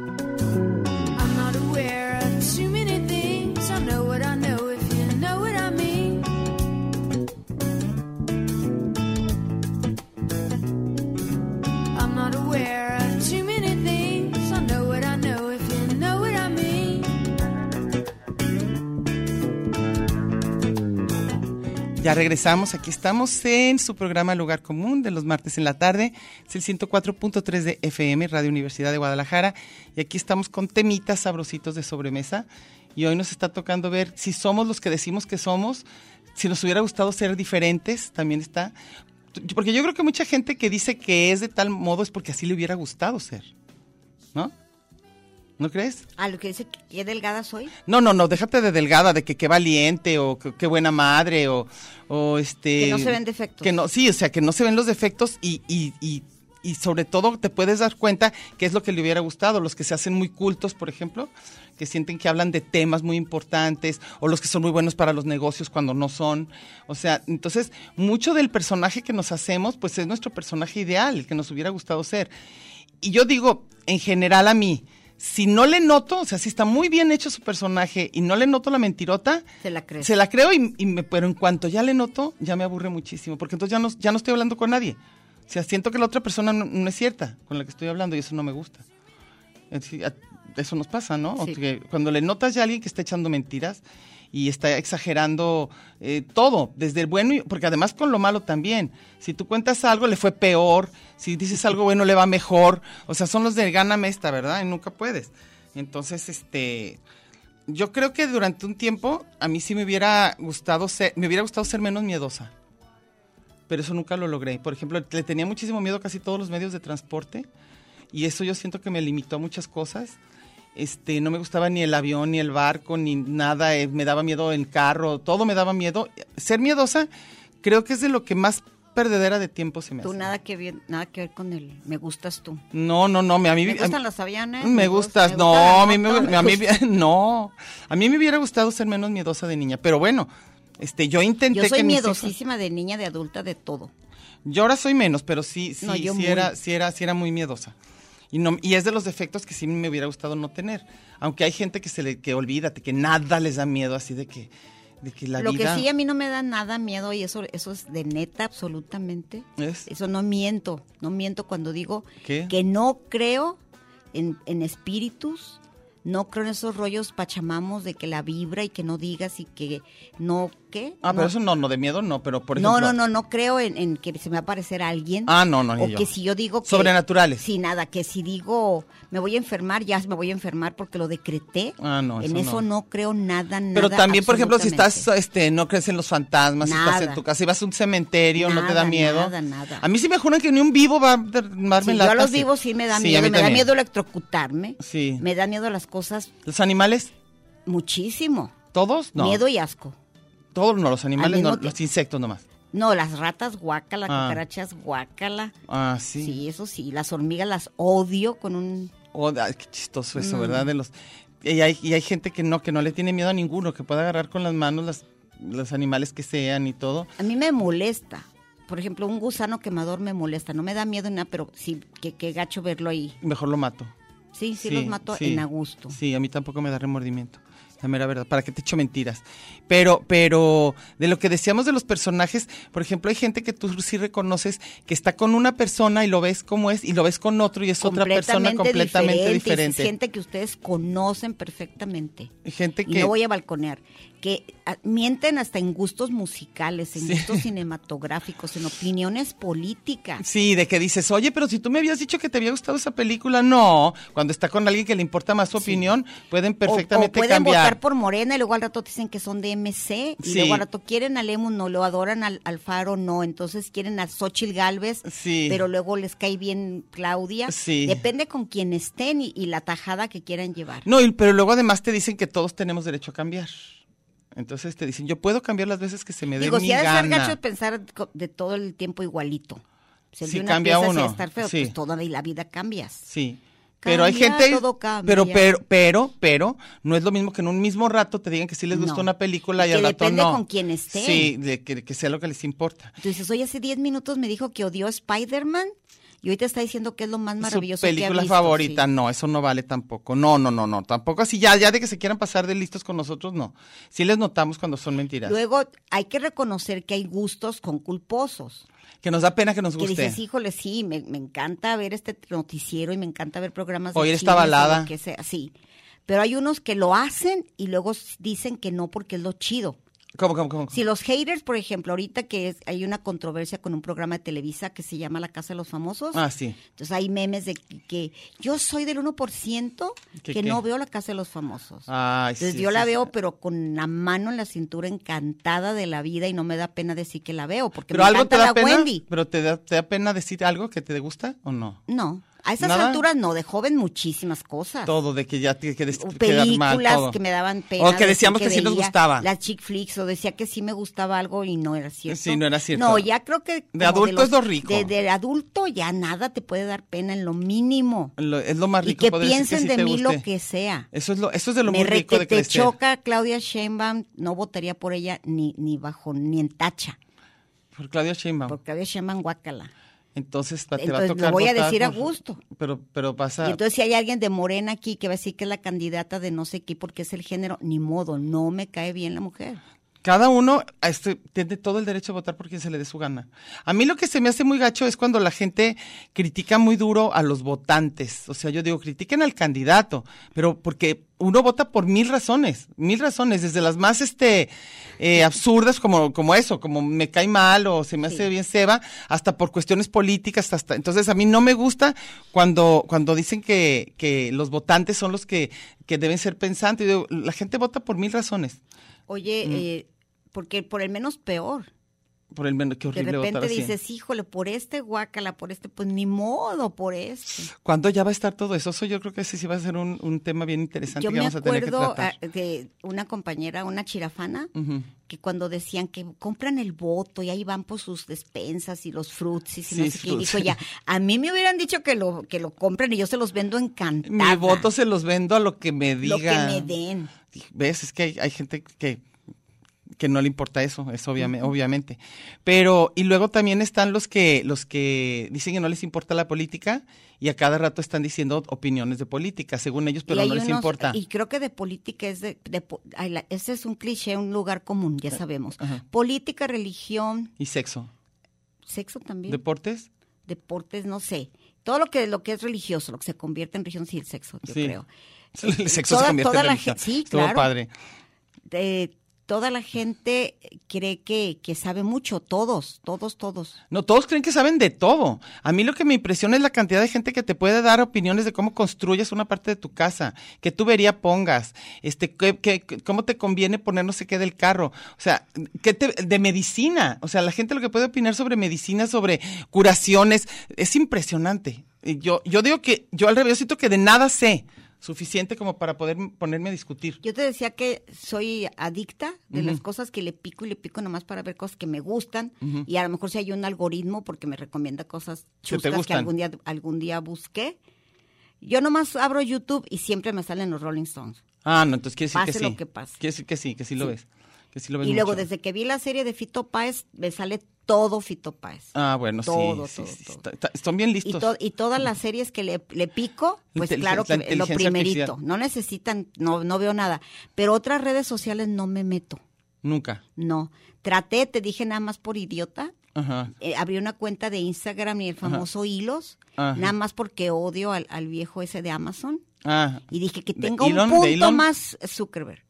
S5: I'm not aware of too many things. I know what I know if you know what I mean. I'm not aware of too many things. I know what I know if you know what I mean.
S3: Ya regresamos, aquí estamos en su programa Lugar Común de los martes en la tarde, es el 104.3 de FM, Radio Universidad de Guadalajara, y aquí estamos con temitas sabrositos de sobremesa, y hoy nos está tocando ver si somos los que decimos que somos, si nos hubiera gustado ser diferentes, también está, porque yo creo que mucha gente que dice que es de tal modo es porque así le hubiera gustado ser, ¿no? ¿No crees?
S1: A lo que dice que qué delgada soy.
S3: No, no, no, déjate de delgada, de que qué valiente o que- qué buena madre o, o este...
S1: Que no se ven defectos.
S3: Que no, sí, o sea, que no se ven los defectos y, y, y, y sobre todo te puedes dar cuenta que es lo que le hubiera gustado. Los que se hacen muy cultos, por ejemplo, que sienten que hablan de temas muy importantes o los que son muy buenos para los negocios cuando no son. O sea, entonces, mucho del personaje que nos hacemos, pues es nuestro personaje ideal, el que nos hubiera gustado ser. Y yo digo, en general a mí, si no le noto, o sea, si está muy bien hecho su personaje y no le noto la mentirota,
S1: Se la crees.
S3: se la creo y, y me, pero en cuanto ya le noto, ya me aburre muchísimo, porque entonces ya no, ya no estoy hablando con nadie. O sea, siento que la otra persona no, no es cierta con la que estoy hablando y eso no me gusta. Es decir, a- Eso nos pasa, ¿no? O
S1: Sí.
S3: que cuando le notas ya a alguien que está echando mentiras y está exagerando eh, todo, desde el bueno, y- porque además con lo malo también. Si tú cuentas algo, le fue peor. Si dices algo bueno, le va mejor. O sea, son los de gáname esta, ¿verdad? Y nunca puedes. Entonces, este, yo creo que durante un tiempo a mí sí me hubiera gustado ser, me hubiera gustado ser menos miedosa. Pero eso nunca lo logré. Por ejemplo, le tenía muchísimo miedo a casi todos los medios de transporte y eso yo siento que me limitó a muchas cosas. Este, no me gustaba ni el avión, ni el barco, ni nada, eh, me daba miedo el carro, todo me daba miedo. Ser miedosa creo que es de lo que más perdedera de tiempo se me
S1: Tú
S3: hace.
S1: nada que ver, nada que ver con el me gustas tú.
S3: No, no, no, me- a mí
S1: Me gustan
S3: a-
S1: las aviones.
S3: Me gustas, no, a mí, me, a mí-
S1: gusta.
S3: no, a mí me hubiera gustado ser menos miedosa de niña, pero bueno, este, yo intenté
S1: Yo soy
S3: que mis hijas-
S1: miedosísima de niña, de adulta, de todo.
S3: yo ahora soy menos, pero sí, sí,
S1: No, yo
S3: sí
S1: muy.
S3: era, sí era, sí era muy miedosa. Y, no, y es de los defectos que sí me hubiera gustado no tener. Aunque hay gente que se le, que olvídate, que nada les da miedo así de que, de que la
S1: Lo
S3: vida.
S1: que sí a mí no me da nada miedo y eso eso es de neta absolutamente.
S3: Es.
S1: Eso no miento, no miento cuando digo
S3: ¿Qué?
S1: que no creo en, en espíritus, no creo en esos rollos pachamamos de que la vibra y que no digas y que no qué.
S3: Ah, pero
S1: No.
S3: eso no, no, de miedo no, pero por
S1: no,
S3: ejemplo.
S1: no, no, no creo en, en que se me va a aparecer alguien.
S3: Ah, no, no, ni
S1: O
S3: yo.
S1: que si yo digo que...
S3: Sobrenaturales.
S1: Sí, nada, que si digo me voy a enfermar, ya me voy a enfermar porque lo decreté.
S3: Ah, no,
S1: En
S3: eso
S1: eso
S3: no.
S1: no, creo nada, nada.
S3: Pero también, por ejemplo, si estás,
S1: absolutamente.
S3: este, no crees en los fantasmas, si estás en
S1: Nada.
S3: tu casa, si vas a un cementerio, no te
S1: Nada,
S3: da miedo.
S1: nada, nada.
S3: A mí sí me juran que ni un vivo va a darme
S1: Sí,
S3: la
S1: yo a los vivos sí me da miedo, me da miedo electrocutarme.
S3: Sí.
S1: Me da miedo las cosas
S3: ¿Los animales?
S1: muchísimo.
S3: ¿Todos? No.
S1: Miedo y asco.
S3: Todos no, los animales
S1: mismo
S3: no,
S1: tiempo.
S3: los insectos nomás.
S1: No, las ratas guácala,
S3: Ah.
S1: cucarachas guácala.
S3: Ah,
S1: Sí.
S3: sí.
S1: eso sí. Las hormigas las odio con un...
S3: Oh, ay, qué chistoso eso,
S1: Mm.
S3: ¿verdad? De los y hay, y hay gente que no, que no le tiene miedo a ninguno, que puede agarrar con las manos las, los animales que sean y todo.
S1: A mí me molesta. Por ejemplo, un gusano quemador me molesta. No me da miedo ni nada, pero sí, que, que gacho verlo ahí.
S3: Mejor lo mato.
S1: Sí, sí, los mato
S3: sí.
S1: en a gusto.
S3: Sí, a mí tampoco me da remordimiento. La mera verdad, para que te echo mentiras. Pero, pero, de lo que decíamos de los personajes, por ejemplo, hay gente que tú sí reconoces que está con una persona y lo ves como es, y lo ves con otro y es otra persona completamente
S1: diferente, Y
S3: diferente.
S1: se siente que ustedes conocen perfectamente.
S3: Gente
S1: Y
S3: que-
S1: no voy a balconear. Que ah, mienten hasta en gustos musicales, en gustos cinematográficos, en opiniones políticas.
S3: Sí, de que dices, oye, pero si tú me habías dicho que te había gustado esa película, no. Cuando está con alguien que le importa más su opinión, pueden
S1: O-
S3: perfectamente
S1: o, pueden
S3: cambiar.
S1: votar por Morena y luego al rato te dicen que son de MC y
S3: Sí.
S1: luego al rato quieren a Lemus, no, lo adoran al, al Faro, no, entonces quieren a Xochitl Galvez,
S3: Sí.
S1: pero luego les cae bien Claudia.
S3: Sí.
S1: Depende con quién estén y, y la tajada que quieran llevar.
S3: No, y- pero luego además te dicen que todos tenemos derecho a cambiar. Entonces te dicen, yo puedo cambiar las veces que se me dé
S1: Digo,
S3: mi
S1: si ha de ser
S3: gana.
S1: gacho pensar co- de todo el tiempo igualito. Si
S3: Sí,
S1: de una
S3: cambia
S1: pieza sí ha de
S3: uno,
S1: estar feo,
S3: sí.
S1: pues toda la vida cambias.
S3: Sí. Pero hay
S1: Cambia,
S3: gente,
S1: todo cambia.
S3: pero pero pero pero no es lo mismo que en un mismo rato te digan que sí les gustó
S1: No.
S3: una película y
S1: Que
S3: al rato
S1: depende
S3: no.
S1: con quién estén.
S3: Sí, de que, que sea lo que les importa.
S1: Tú dices, oye, hace 10 minutos me dijo que odió a Spider-Man y hoy te está diciendo que es lo más
S3: Su
S1: maravilloso que ha
S3: película
S1: visto,
S3: favorita,
S1: sí.
S3: no, eso no vale tampoco. No, no, no, no, tampoco así ya ya de que se quieran pasar de listos con nosotros, no. Sí les notamos cuando son mentiras.
S1: Luego hay que reconocer que hay gustos con culposos.
S3: que nos da pena que nos
S1: Que
S3: guste.
S1: dices, híjole, sí, me, me encanta ver este noticiero y me encanta ver programas
S3: Oír
S1: de
S3: esta
S1: chismes o lo
S3: balada.
S1: Que sea, sí. Pero hay unos que lo hacen y luego s- dicen que no porque es lo chido.
S3: ¿Cómo, cómo, cómo?
S1: Si los haters, por ejemplo, ahorita que es- hay una controversia con un programa de Televisa que se llama La Casa de los Famosos.
S3: Ah, sí.
S1: Entonces hay memes de que, que yo soy del 1%
S3: ¿Que
S1: que,
S3: qué?
S1: no veo La Casa de los Famosos.
S3: Ay,
S1: Entonces
S3: sí,
S1: pues yo
S3: sí,
S1: la
S3: sí.
S1: veo, pero con la mano en la cintura encantada de la vida y no me da pena decir que la veo, porque
S3: Pero
S1: me
S3: algo te
S1: encanta
S3: da
S1: la
S3: pena,
S1: Wendy.
S3: pero te da, te da pena decir algo que te gusta o no.
S1: No, a esas
S3: Nada.
S1: alturas no, de joven muchísimas cosas.
S3: Todo, de que ya te que des-
S1: O
S3: quedar mal,
S1: Ah. películas
S3: todo.
S1: que me daban pena.
S3: O que
S1: decir
S3: decíamos que, sí nos
S1: veía,
S3: gustaba.
S1: Las chick flicks, o decía que sí me gustaba algo y no era cierto.
S3: Sí, no era cierto.
S1: No, ya creo que. como
S3: adulto es lo rico.
S1: De, de adulto ya nada te puede dar pena en lo mínimo.
S3: Lo- es lo más
S1: Y
S3: rico.
S1: que
S3: poder decir
S1: piensen
S3: sí
S1: de
S3: te
S1: mí
S3: guste.
S1: lo que sea.
S3: Eso es, lo, eso es de lo
S1: me
S3: muy rico de
S1: requete
S3: crecer.
S1: choca Claudia Sheinbaum, no votaría por ella ni, ni bajo, ni en tacha.
S3: Por Claudia Sheinbaum.
S1: Por Claudia Sheinbaum, guácala.
S3: Entonces pa- te va a
S1: Entonces, lo
S3: tocar
S1: voy a
S3: votar
S1: decir a
S3: por-
S1: gusto.
S3: Pero, pero pasa...
S1: Y entonces si hay alguien de Morena aquí que va a decir que es la candidata de no sé qué porque es el género, ni modo, no me cae bien la mujer.
S3: Cada uno este, tiene todo el derecho a votar por quien se le dé su gana. A mí lo que se me hace muy gacho es cuando la gente critica muy duro a los votantes. O sea, yo digo, critiquen al candidato, pero porque uno vota por mil razones, mil razones, desde las más este, eh, absurdas como, como eso, como me cae mal o se me hace bien Seba, hasta por cuestiones políticas. Hasta, entonces, a mí no me gusta cuando, cuando dicen que, que los votantes son los que, que deben ser pensantes. Yo digo, la gente vota por mil razones.
S1: Oye, eh, porque por el menos peor.
S3: Por el menos, qué
S6: De
S3: horrible votar
S6: repente
S3: así.
S6: dices, híjole, por este guácala, por este, pues ni modo, por este.
S3: ¿Cuándo ya va a estar todo eso? Eso yo creo que ese sí va a ser un, un tema bien interesante
S6: Yo
S3: que
S6: me
S3: vamos a tener que
S6: acuerdo
S3: tratar. Mm.
S6: ah, de una compañera, una chirafana,
S3: Ujú.
S6: que cuando decían que compran el voto y ahí van por sus despensas y los frutsis y
S3: Sí,
S6: no sé qué, y
S3: frutis.
S6: dijo ya, a mí me hubieran dicho que lo, que lo compren y yo se los vendo encantada.
S3: Mi voto se los vendo a lo que me
S6: Lo que
S3: digan.
S6: me den.
S3: ¿Ves? Es que hay, hay gente que, que no le importa eso, es obviamente, obviamente. Pero, y luego también están los que, los que dicen que no les importa la política y a cada rato están diciendo opiniones de política, según ellos, pero
S6: Y hay
S3: no les
S6: unos-
S3: importa.
S6: Y creo que de política es de, de po- ay, la- ese es un cliché, un lugar común, ya sabemos.
S3: Ah, ajá.
S6: Política, religión,
S3: Y sexo.
S6: sexo también,
S3: ¿Deportes?
S6: deportes, no sé. Todo lo que lo que es religioso, lo que se convierte en religión, sí, el sexo, yo
S3: Sí.
S6: creo.
S3: El sexo
S6: toda-
S3: se convierte
S6: toda
S3: en
S6: la
S3: religión.
S6: gen- sí,
S3: Estuvo
S6: claro.
S3: padre.
S6: Eh, toda la gente cree que, que sabe mucho, todos, todos, todos.
S3: No, todos creen que saben de todo. A mí lo que me impresiona es la cantidad de gente que te puede dar opiniones de cómo construyes una parte de tu casa, qué tubería pongas, este, qué- qué- cómo te conviene poner no sé qué del carro. O sea, qué te- de medicina. O sea, la gente lo que puede opinar sobre medicina, sobre curaciones, es impresionante. Y Yo, yo digo que, yo al revés, yo siento que de nada sé suficiente como para poder ponerme a discutir.
S6: Yo te decía que soy adicta de las cosas que le pico y le pico nomás para ver cosas que me gustan y a lo mejor si hay un algoritmo porque me recomienda cosas
S3: Que te
S6: chuscas que
S3: gustan.
S6: algún día algún día busqué. Yo nomás abro YouTube y siempre me salen los Rolling Stones.
S3: Ah, no, entonces quiere decir
S6: Pase
S3: que sí.
S6: lo que pase.
S3: Quiere decir que sí, que sí lo ves. Que sí lo ves
S6: Y luego
S3: Pues mucho.
S6: desde que vi la serie de Fito Páez me sale todo Fito Páez.
S3: Ah, bueno, sí,
S6: Todo,
S3: sí,
S6: todo,
S3: sí,
S6: todo.
S3: está- está- son bien
S6: Y,
S3: listos.
S6: to- y todas las series que le, le pico, pues
S3: Inteligen-
S6: claro
S3: la
S6: que lo
S3: inteligencia
S6: primerito.
S3: artificial.
S6: No necesitan, no, no veo nada. Pero otras redes sociales no me meto,
S3: Nunca.
S6: no. Traté, te dije nada más por idiota,
S3: Ajá.
S6: eh, abrí una cuenta de Instagram y el famoso hilos,
S3: Ajá.
S6: nada más porque odio al, al viejo ese de Amazon.
S3: Ah,
S6: Y dije que
S3: ¿De
S6: tenga un
S3: Elon? ¿De
S6: punto
S3: Elon?
S6: más Zuckerberg.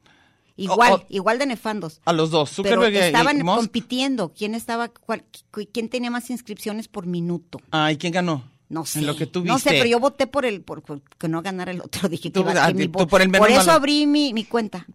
S6: Igual,
S3: oh.
S6: igual de nefandos.
S3: a los dos,
S6: Pero
S3: Zuckerberg y- y
S6: estaban
S3: Musk.
S6: compitiendo. ¿Quién estaba, cuál- cu- quién tenía más inscripciones por minuto?
S3: Ah, ¿y quién ganó?
S6: No sé.
S3: En lo que tú
S6: No sé,
S3: viste.
S6: pero yo voté por el por, por que no ganara el otro. Dije que
S3: Tú-
S6: iba a
S3: ah,
S6: que mi
S3: tú
S6: voto-
S3: por el menos
S6: Por eso
S3: malo.
S6: abrí mi, mi cuenta.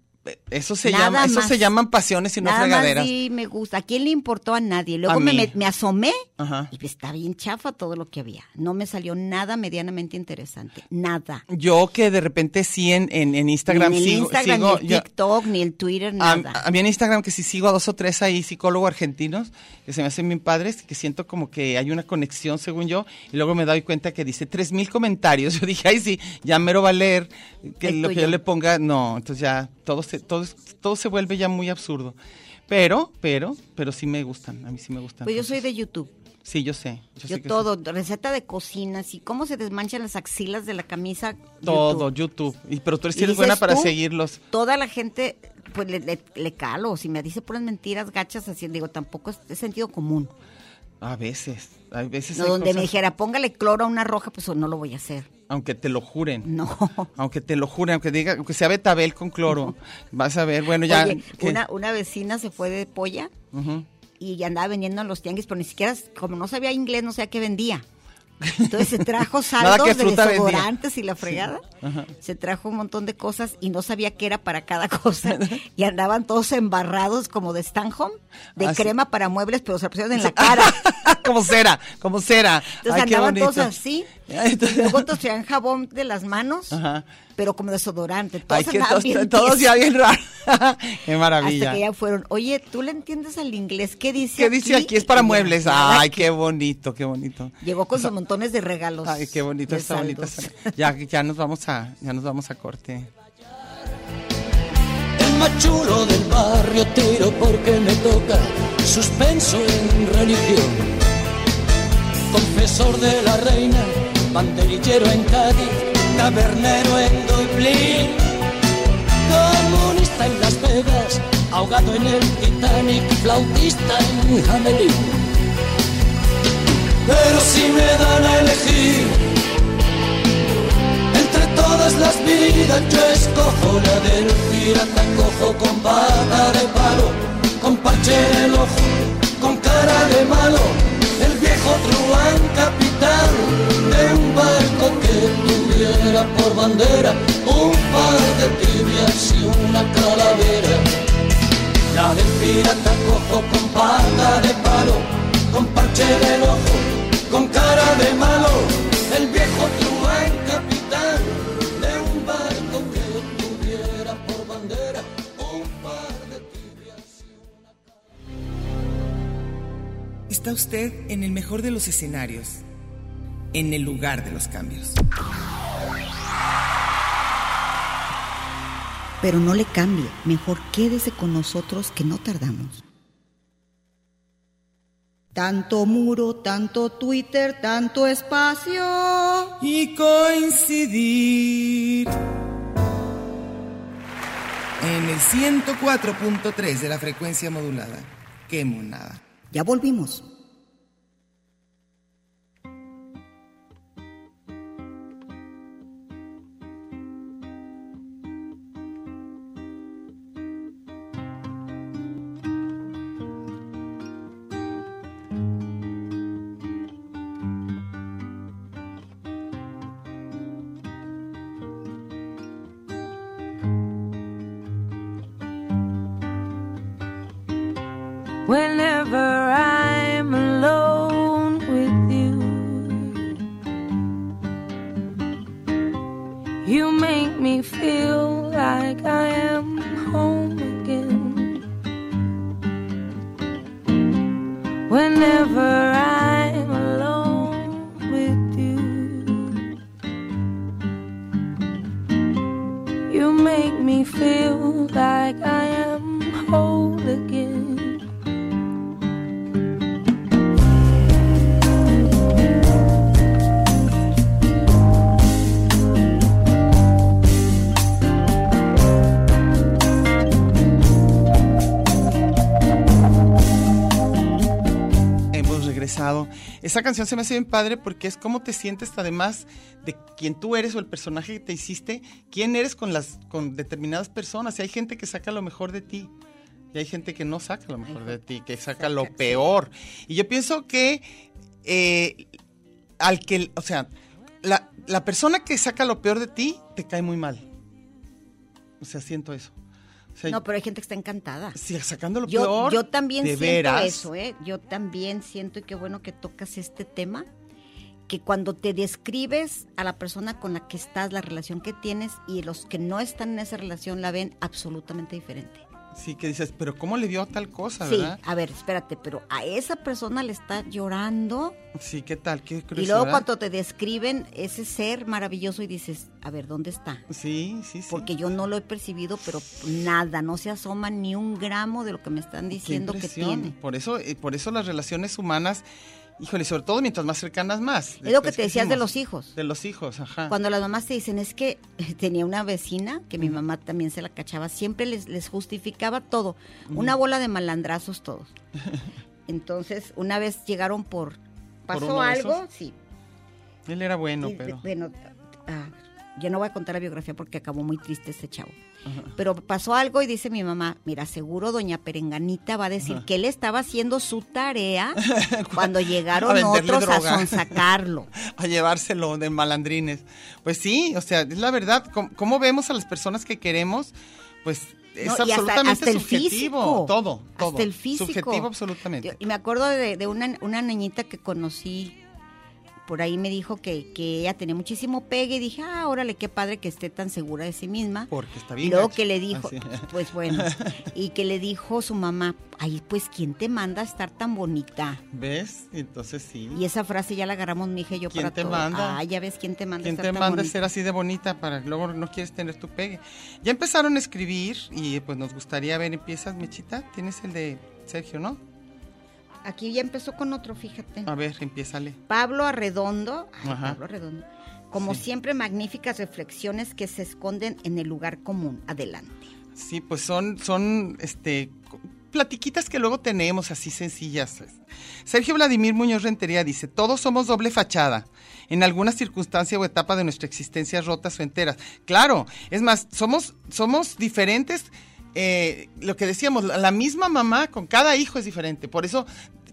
S3: Eso se
S6: Nada
S3: llama, eso
S6: más.
S3: se llaman pasiones y no
S6: Nada más
S3: fregaderas.
S6: di me gusta. ¿A quién le importó a nadie? Luego
S3: A
S6: me,
S3: mí.
S6: me- me asomé
S3: Ajá.
S6: y pues está bien chafa todo lo que había. No me salió nada medianamente interesante. Nada.
S3: Yo que de repente sí en, en, en Instagram
S6: ni en el
S3: sigo,
S6: Instagram,
S3: sigo-
S6: ni
S3: yo- ah,
S6: el TikTok, ni el Twitter,
S3: a,
S6: nada.
S3: a mí en Instagram que sí sigo a dos o tres ahí psicólogos argentinos que se me hacen bien padres, que siento como que hay una conexión según yo, y luego me doy cuenta que dice tres mil comentarios. Yo dije, ay sí, ya mero va a leer, que
S6: El
S3: lo que
S6: tuyo.
S3: yo le ponga, no, entonces ya todo se, todo, todo se vuelve ya muy absurdo. Pero, pero, pero sí me gustan, a mí sí me gustan.
S6: pues yo soy de YouTube.
S3: Sí, yo sé. Yo,
S6: Yo
S3: sé que
S6: todo, receta de cocinas y cómo se desmanchan las axilas de la camisa.
S3: sí. Todo,
S6: YouTube.
S3: YouTube. Y, pero tú eres,
S6: Y
S3: eres buena
S6: dices
S3: para
S6: tú,
S3: seguirlos.
S6: Toda la gente, pues le, le- le calo. Si me dice puras mentiras gachas, así digo, tampoco es, es sentido común.
S3: A veces, a veces.
S6: No,
S3: hay
S6: donde me
S3: cosas-
S6: dijera, póngale cloro a una roja, pues no lo voy a hacer.
S3: Aunque te lo juren.
S6: No.
S3: Aunque te lo jure, aunque diga, aunque sea betabel con cloro, vas a ver, bueno, ya.
S6: Oye,
S3: ¿qué?
S6: una, una vecina se fue de polla
S3: Ujú.
S6: y ya andaba vendiendo en los tianguis, pero ni siquiera, como no sabía inglés, no sabía qué vendía. Entonces se trajo
S3: Nada que
S6: saldos de
S3: fruta vendía.
S6: desodorantes y la fregada. Se trajo un montón de cosas y no sabía qué era para cada cosa. Y andaban todos embarrados como de Stanhome, de
S3: Ah, sí.
S6: crema para muebles, pero se la pusieron en la cara.
S3: como cera, como cera.
S6: Entonces
S3: Ay, qué
S6: andaban todos
S3: bonito.
S6: así.
S3: Entonces-
S6: Luego otros traían jabón de las manos,
S3: Ajá.
S6: pero como desodorante. Todos
S3: Ah. Ay, que
S6: andaban
S3: todos,
S6: bien
S3: todos
S6: tiesos.
S3: ya bien raros. qué
S6: Hasta
S3: maravilla.
S6: que ya fueron, oye, ¿tú le entiendes al inglés? ¿Qué dice
S3: ¿Qué dice aquí? Es para
S6: Y yo,
S3: muebles.
S6: nada
S3: Ay,
S6: que-
S3: qué bonito, qué bonito.
S6: Llegó con sus montones de regalos.
S3: Ay, qué bonito,
S6: de
S3: está bonito.
S6: saldos.
S3: está- Ya, ya nos vamos a, ya nos vamos a corte.
S2: El machulo del barrio tiro porque me toca, suspenso en religión. Confesor de la reina, banderillero en Cádiz, tabernero en Dublín. Comunista en Las Vegas, ahogado en el Titanic, flautista en Hamelín. Pero si me dan a elegir entre todas las vidas yo escojo la del pirata cojo con bata de palo, con parche en el ojo, con cara de malo, el viejo truán capitán de un barco que tuviera por bandera un par de tibias y una calavera. La del pirata cojo con bata de palo
S7: el ojo, con cara de malo, el viejo truán capitán de un barco que tuviera por bandera un par de tibias.
S4: Está usted en el mejor de los escenarios, en el lugar de los cambios.
S1: Pero no le cambie, mejor quédese con nosotros que no tardamos. Tanto muro, tanto Twitter, tanto espacio.
S4: Y coincidir. En el 104.3 de la frecuencia modulada. Qué monada.
S1: Ya volvimos.
S8: Whenever I'm alone with you, you make me feel like I am home again. Whenever I'm alone with you, you make me feel like I am whole again.
S3: Hemos regresado. Esa canción se me hace bien padre porque es cómo te sientes además de quién tú eres o el personaje que te hiciste, quién eres con las con determinadas personas. Y hay gente que saca lo mejor de ti. Y hay gente que no saca lo mejor de ti, que saca lo peor. Y yo pienso que eh, al que, o sea, la, la persona que saca lo peor de ti te cae muy mal. O sea, siento eso. O sea,
S1: No, pero hay gente que está encantada.
S3: este sí, sacando lo
S1: Yo,
S3: peor.
S1: yo también
S3: de
S1: siento
S3: veras.
S1: eso, ¿eh? Yo también siento, y qué bueno que tocas este tema, que cuando te describes a la persona con la que estás, la relación que tienes, y los que no están en esa relación la ven absolutamente diferente.
S3: Sí, que dices, pero ¿cómo le dio a tal cosa,
S1: sí,
S3: Ah, verdad?
S1: a ver, espérate, pero a esa persona le está llorando
S3: Sí, ¿qué tal?
S1: y
S3: ¿Qué
S1: luego
S3: curiosidad?
S1: cuando te describen ese ser maravilloso y dices, a ver, ¿dónde está?
S3: Sí, sí, sí.
S1: Porque yo no lo he percibido, pero nada, no se asoma ni un gramo de lo que me están
S3: Qué
S1: diciendo que
S3: impresión.
S1: tiene.
S3: Por eso, eh, por eso las relaciones humanas, híjole, sobre todo mientras más cercanas
S1: Es
S3: más.
S1: lo que
S3: Después
S1: te decías de
S3: dijimos,
S1: los hijos.
S3: De los hijos, ajá.
S1: Cuando las mamás te dicen, es que tenía una vecina que
S3: Mm.
S1: mi mamá también se la cachaba, siempre les, les justificaba todo. Una bola de malandrazos todos. Entonces, una vez llegaron por. ¿Pasó
S3: uno de
S1: algo?
S3: esos?
S1: Sí.
S3: Él era bueno,
S1: Y,
S3: pero.
S1: Bueno, ah, ya no voy a contar la biografía porque acabó muy triste ese chavo. Pero pasó algo y dice mi mamá, mira, seguro doña Perenganita va a decir que él estaba haciendo su tarea cuando llegaron
S3: venderle
S1: otros
S3: droga.
S1: a sonsacarlo.
S3: a llevárselo de malandrines. Pues sí, o sea, es la verdad. ¿Cómo, cómo vemos a las personas que queremos? Pues es
S1: No, y hasta-
S3: absolutamente
S1: hasta el
S3: subjetivo.
S1: físico.
S3: Todo, todo.
S1: Hasta el físico.
S3: Subjetivo absolutamente.
S1: Yo- y me acuerdo de, de una, una niñita que conocí, por ahí me dijo que, que ella tenía muchísimo pegue y dije, ah, órale, qué padre que esté tan segura de sí misma.
S3: Porque está bien.
S1: Y luego
S3: gacho.
S1: que le dijo,
S3: Así.
S1: pues bueno, y que le dijo su mamá, ay, pues ¿quién te manda a estar tan bonita?
S3: ¿Ves? Entonces sí.
S1: Y esa frase ya la agarramos mi hija y yo
S3: ¿Quién
S1: para
S3: te
S1: todo.
S3: manda?
S1: Ah, ya ves quién te manda a
S3: ¿Quién
S1: estar
S3: te
S1: tan
S3: manda a
S1: bonita?
S3: ser así de bonita para que luego no quieres tener tu pegue? Ya empezaron a escribir y pues nos gustaría ver, empiezas, Mechita, tienes el de Sergio, ¿no?
S1: Aquí ya empezó con otro, fíjate.
S3: A ver, empiézale.
S1: Pablo Arredondo, ay,
S3: Ah. Ajá.
S1: Pablo Arredondo, como
S3: Sí.
S1: siempre magníficas reflexiones que se esconden en el lugar común. Adelante.
S3: Sí, pues son, son, este, co- platiquitas que luego tenemos así sencillas. Sergio Vladimir Muñoz Rentería dice, todos somos doble fachada en alguna circunstancia o etapa de nuestra existencia rotas o enteras. Claro, es más, somos, somos diferentes, eh, lo que decíamos, la la misma mamá con cada hijo es diferente, por eso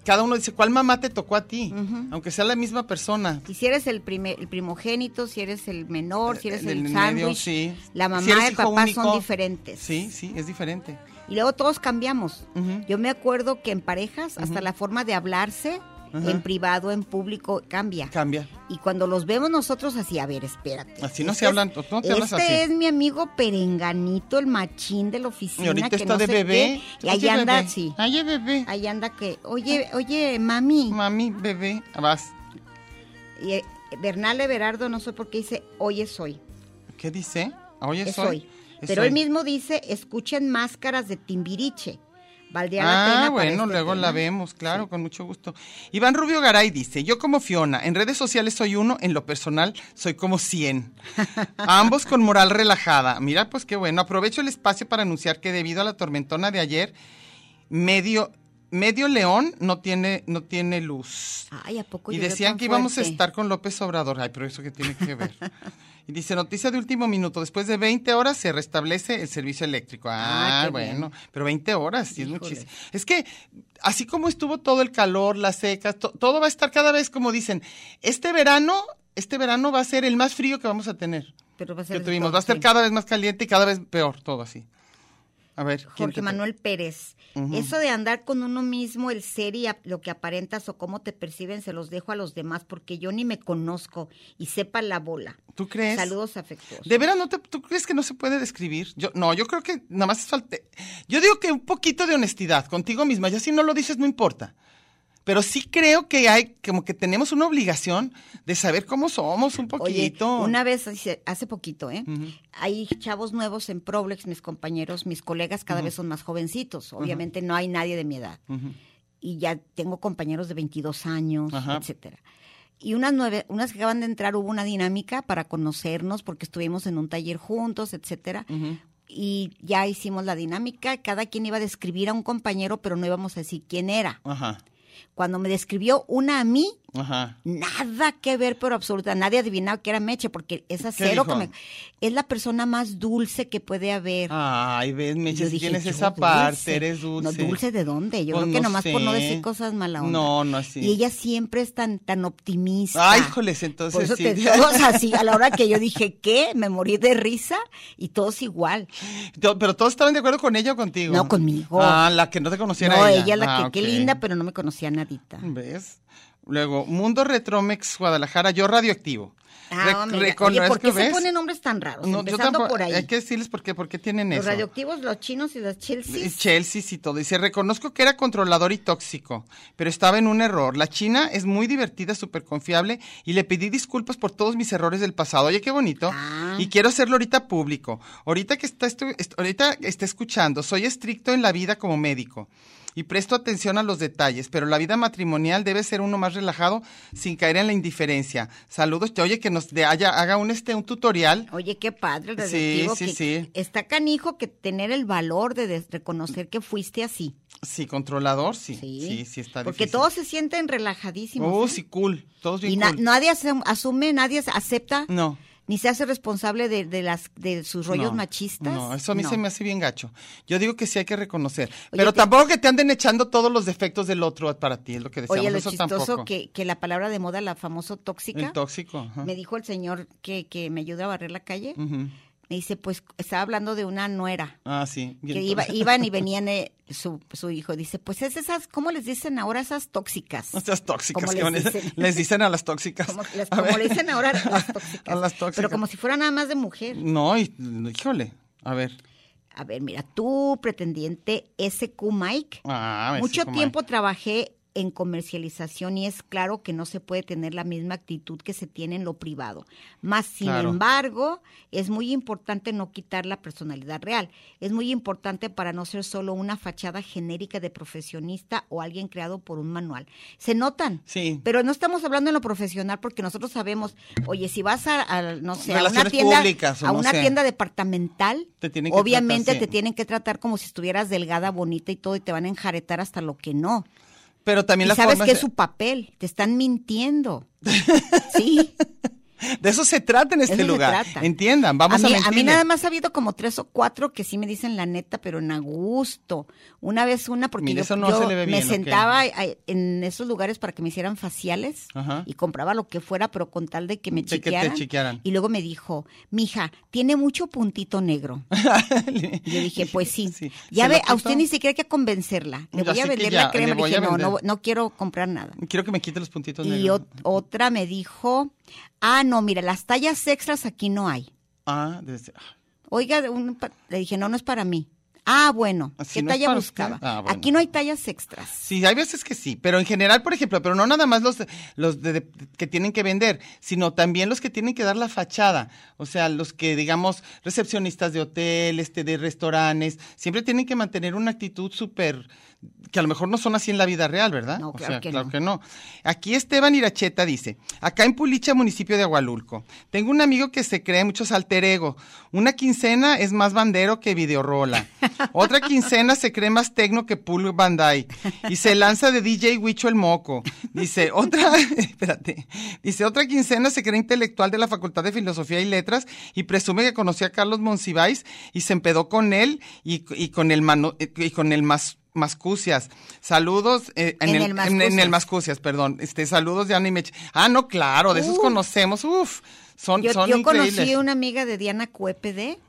S3: cada uno dice, ¿cuál mamá te tocó a ti? Aunque sea la misma persona.
S1: Y si eres el, prime- el primogénito, si eres el menor, si eres
S3: En
S1: el
S3: medio,
S1: sándwich,
S3: sí.
S1: la mamá
S3: Si eres
S1: y el
S3: hijo
S1: papá
S3: único,
S1: son diferentes.
S3: Sí, sí, es diferente.
S1: Y luego todos cambiamos.
S3: Ujú.
S1: Yo me acuerdo que en parejas, hasta la forma de hablarse
S3: Ajá.
S1: en privado, en público, cambia.
S3: Cambia.
S1: Y cuando los vemos nosotros así, a ver, espérate.
S3: Así no se hablan, no te hablas
S1: este
S3: así.
S1: es mi amigo perenganito, el machín de la oficina.
S3: Y ahorita
S1: que
S3: está
S1: no
S3: de
S1: sé
S3: bebé. Ah.
S1: qué. Y ahí anda, sí.
S3: Ay, bebé.
S1: Ahí anda que, oye, oye, mami.
S3: Mami, bebé. Vas.
S1: Y, eh, Bernal Everardo, no sé por qué dice, oye, soy.
S3: ¿Qué dice? Oye,
S1: es
S3: soy.
S1: hoy.
S3: Es
S1: Pero
S3: hoy.
S1: él mismo dice, escuchen máscaras de Timbiriche. Valdría la pena
S3: Ah,
S1: para
S3: bueno,
S1: este
S3: luego
S1: tema.
S3: la vemos, claro, con mucho gusto. Iván Rubio Garay dice, yo como Fiona, en redes sociales soy uno, en lo personal soy como 100. Ambos con moral relajada. Mira, pues qué bueno. Aprovecho el espacio para anunciar que debido a la tormentona de ayer, medio, medio león no tiene, no tiene luz.
S1: Ay, ¿a poco
S3: Y
S1: llovió
S3: decían
S1: tan
S3: que íbamos a
S1: fuerte?
S3: estar con López Obrador. Ay, pero eso que tiene que ver. Y dice, noticia de último minuto, después de 20 horas se restablece el servicio eléctrico. Ah,
S1: Ah, qué
S3: bueno, pero 20 horas, sí, es
S1: Híjole.
S3: muchísimo. Es que, así como estuvo todo el calor, las secas, to- todo va a estar cada vez como dicen, este verano, este verano va a ser el más frío que vamos a tener.
S1: Pero va a ser
S3: Que
S1: de
S3: tuvimos,
S1: todo,
S3: va a ser
S1: sí.
S3: cada vez más caliente y cada vez peor, todo así. A ver. ¿quién
S1: Jorge
S3: te-
S1: Manuel Pérez.
S3: Ujú.
S1: Eso de andar con uno mismo, el ser y a- lo que aparentas o cómo te perciben, se los dejo a los demás porque yo ni me conozco y sepa la bola.
S3: ¿Tú crees?
S1: Saludos afectuosos.
S3: De veras, no te- ¿tú crees que no se puede describir? Yo, no, yo creo que nada más es falta. Yo digo que un poquito de honestidad contigo misma. Ya si no lo dices, no importa. Pero sí creo que hay, como que tenemos una obligación de saber cómo somos un
S1: Oye,
S3: poquito.
S1: una vez, hace hace poquito, ¿eh? Hay chavos nuevos en Problex, mis compañeros, mis colegas cada vez son más jovencitos. Obviamente no hay nadie de mi edad.
S3: Ujú.
S1: y ya tengo compañeros de 22 años,
S3: Ajá.
S1: etcétera. Y unas nueve, unas que acaban de entrar hubo una dinámica para conocernos porque estuvimos en un taller juntos, etcétera. Y ya hicimos la dinámica, cada quien iba a describir a un compañero, pero no íbamos a decir quién era.
S3: Ajá,
S1: Cuando me describió una a mí,
S3: ajá.
S1: nada que ver, pero absoluta, nadie adivinaba que era Meche porque esa cero que
S3: dijo?
S1: me- es la persona más dulce que puede haber.
S3: Ay, ves, me
S1: Yo
S3: dices,
S1: dije,
S3: tienes
S1: yo,
S3: esa
S1: dulce.
S3: parte, eres dulce.
S1: No, dulce de dónde? Yo
S3: Pues
S1: creo que
S3: no
S1: nomás por no
S3: sé.
S1: decir cosas mala onda.
S3: No, no, sí.
S1: Y ella siempre es tan, tan optimista.
S3: Ay, híjoles, entonces
S1: Por eso
S3: sí.
S1: te- todos así, a la hora que yo dije, ¿qué? Me morí de risa y todos igual.
S3: To- Pero todos estaban de acuerdo con ella o contigo.
S1: No, conmigo.
S3: Ah, la que no te conociera
S1: no,
S3: ella.
S1: ella la que,
S3: Ah,
S1: qué
S3: ok.
S1: linda, pero no me conocía nadita.
S3: ¿Ves? Luego, Mundo Retromex Guadalajara, yo radioactivo.
S1: Ah,
S3: Rec-
S1: mira,
S3: reconozco,
S1: oye, ¿por qué se
S3: ¿ves?
S1: ponen nombres tan raros?
S3: No, yo
S1: Empezando
S3: tampoco-
S1: por ahí.
S3: Hay que decirles por qué, por qué tienen
S1: los
S3: eso.
S1: radioactivos, los chinos y los Chelsea.
S3: Eh, Chelsea y todo. Dice, reconozco que era controlador y tóxico, pero estaba en un error. La China es muy divertida, súper confiable y le pedí disculpas por todos mis errores del pasado. Oye, qué bonito.
S1: Ah.
S3: Y quiero hacerlo ahorita público. Ahorita que está, estu- est- ahorita que está escuchando, soy estricto en la vida como médico. Y presto atención a los detalles, pero la vida matrimonial debe ser uno más relajado sin caer en la indiferencia. Saludos, te oye que nos de- haya, haga un este un tutorial.
S1: Oye, qué padre el
S3: Sí,
S1: radioactivo.
S3: sí,
S1: que
S3: sí.
S1: Está canijo que tener el valor de des- reconocer que fuiste así.
S3: Sí, controlador, sí. Sí,
S1: Sí,
S3: sí, está
S1: Porque
S3: difícil.
S1: todos se sienten relajadísimos.
S3: Oh,
S1: ¿eh?
S3: sí, cool. Todos bien
S1: Y na-
S3: cool.
S1: nadie asum- asume, nadie as- acepta,
S3: No.
S1: ni se hace responsable de, de las de sus rollos
S3: no.
S1: machistas.
S3: No, eso a mí
S1: No.
S3: se me hace bien gacho. Yo digo que sí hay que reconocer. pero tampoco que te anden echando todos los defectos del otro para ti, es lo que decíamos.
S1: Oye, lo
S3: eso
S1: chistoso
S3: tampoco.
S1: que, que la palabra de moda, la famoso tóxica,
S3: El tóxico. ajá. Mm.
S1: me dijo el señor que, que me ayuda a barrer la calle,
S3: Ujú.
S1: me dice, pues estaba hablando de una nuera.
S3: Ah, sí. bien
S1: Que iba-
S3: tóxico.
S1: iban y venían eh, su, su hijo, dice, pues es esas, ¿cómo les dicen ahora esas tóxicas?
S3: No seas tóxicas.
S1: Como
S3: que van a-
S1: les
S3: les,
S1: dicen.
S3: dicen. a las tóxicas.
S1: Como, las-
S3: A
S1: como
S3: ver.
S1: le dicen ahora las tóxicas.
S3: A las tóxicas.
S1: Pero como si fuera nada más de mujer.
S3: No, y- híjole. A ver.
S1: A ver, mira, tu pretendiente SQ Mike.
S3: Ah, a ver,
S1: Mucho
S3: sí, como-
S1: tiempo trabajé en comercialización y es claro que no se puede tener la misma actitud que se tiene en lo privado. Más sin
S3: Claro.
S1: embargo, es muy importante no quitar la personalidad real. Es muy importante para no ser solo una fachada genérica de profesionista o alguien creado por un manual. Se notan.
S3: Sí.
S1: Pero no estamos hablando en lo profesional porque nosotros sabemos, oye, si vas a, a, no sé, a una
S3: Relaciones
S1: tienda,
S3: públicas o
S1: a
S3: no
S1: una
S3: sé.
S1: tienda departamental,
S3: Te tienen que
S1: obviamente
S3: tratar,
S1: te
S3: sí.
S1: tienen que tratar como si estuvieras delgada, bonita y todo, y te van a enjaretar hasta lo que no.
S3: Pero
S1: Y
S3: también las
S1: sabes
S3: formas
S1: que es
S3: de-
S1: su papel, te están mintiendo. sí.
S3: De eso se trata en este
S1: Eso se
S3: lugar.
S1: trata.
S3: Entiendan, vamos
S1: a
S3: a,
S1: mí, a
S3: mentirle.
S1: mí nada más ha habido como tres o cuatro que sí me dicen la neta, pero en a gusto. Una vez una, porque
S3: Mira,
S1: yo,
S3: eso no
S1: yo
S3: se le ve
S1: me
S3: bien, ¿o qué?
S1: sentaba a- en esos lugares para que me hicieran faciales
S3: Ajá.
S1: y compraba lo que fuera, pero con tal de que me
S3: De que te
S1: chequearan.
S3: chequearan.
S1: Y luego me dijo, mija, tiene mucho puntito negro. Y Yo dije, pues sí.
S3: Sí,
S1: Ya
S3: se
S1: ve,
S3: lo
S1: a
S3: quito.
S1: usted ni siquiera hay que convencerla. Le voy
S3: Ya
S1: a
S3: sé que
S1: vender
S3: ya,
S1: la crema.
S3: le
S1: Le
S3: voy
S1: dije,
S3: a
S1: no, no,
S3: vender.
S1: no quiero comprar nada.
S3: Quiero que me quite los puntitos
S1: Y
S3: negros.
S1: ot- otra me dijo, ah, no, mira, las tallas extras aquí no hay.
S3: Ah, desde- ah,
S1: Oiga, de un pa- le dije, no, no es para mí. Ah, bueno,
S3: Así
S1: ¿qué
S3: no es
S1: talla
S3: para
S1: buscaba?
S3: usted. Ah, bueno.
S1: Aquí no hay tallas extras.
S3: Sí, hay veces que sí, pero en general, por ejemplo, pero no nada más los, los de- de- que tienen que vender, sino también los que tienen que dar la fachada, o sea, los que, digamos, recepcionistas de hotel, este, de restaurantes, siempre tienen que mantener una actitud súper, que a lo mejor no son así en la vida real, ¿verdad?
S1: No,
S3: O
S1: claro
S3: sea,
S1: que no.
S3: que no. Aquí Esteban Iracheta dice, acá en Pulicha, municipio de Agualulco, tengo un amigo que se cree muchos alter ego. Una quincena es más bandero que videorola. Otra quincena se cree más tecno que Pul Bandai. Y se lanza de DJ Huicho el Moco. Dice, otra, espérate, dice, otra quincena se cree intelectual de la Facultad de Filosofía y Letras y presume que conocía a Carlos Monsiváis y se empedó con él y, y con el mano, y con el más Mascucias. Saludos eh,
S1: En
S3: en, el,
S1: el
S3: en- en el
S1: Mascucias.
S3: Mascucias, perdón. Este, saludos de Ana y Meche. Ah, no, claro, de esos
S1: Uh.
S3: conocemos. Uf, son,
S1: Yo,
S3: son
S1: yo
S3: increíbles.
S1: conocí una amiga de Diana Cuépede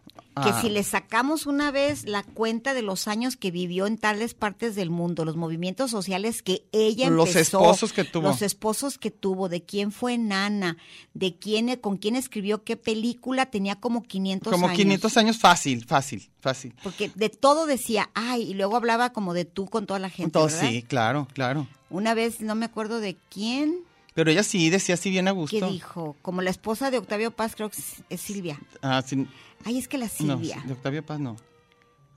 S1: que
S3: Ah.
S1: si le sacamos una vez la cuenta de los años que vivió en tales partes del mundo, los movimientos sociales que ella
S3: Los
S1: empezó,
S3: esposos que tuvo.
S1: los esposos que tuvo, de quién fue nana, de quién, con quién escribió qué película, tenía como 500
S3: Como
S1: años.
S3: 500 años fácil, fácil, fácil.
S1: Porque de todo decía, ay, y luego hablaba como de tú con toda la gente,
S3: Entonces,
S1: ¿verdad?
S3: sí, claro, claro.
S1: Una vez, no me acuerdo de quién,
S3: Pero ella sí decía así bien a
S1: que
S3: gusto.
S1: dijo, como la esposa de Octavio Paz, creo que es es Silvia.
S3: Ah, sí,
S1: Ay, es que la
S3: no,
S1: Silvia.
S3: de Octavio Paz no.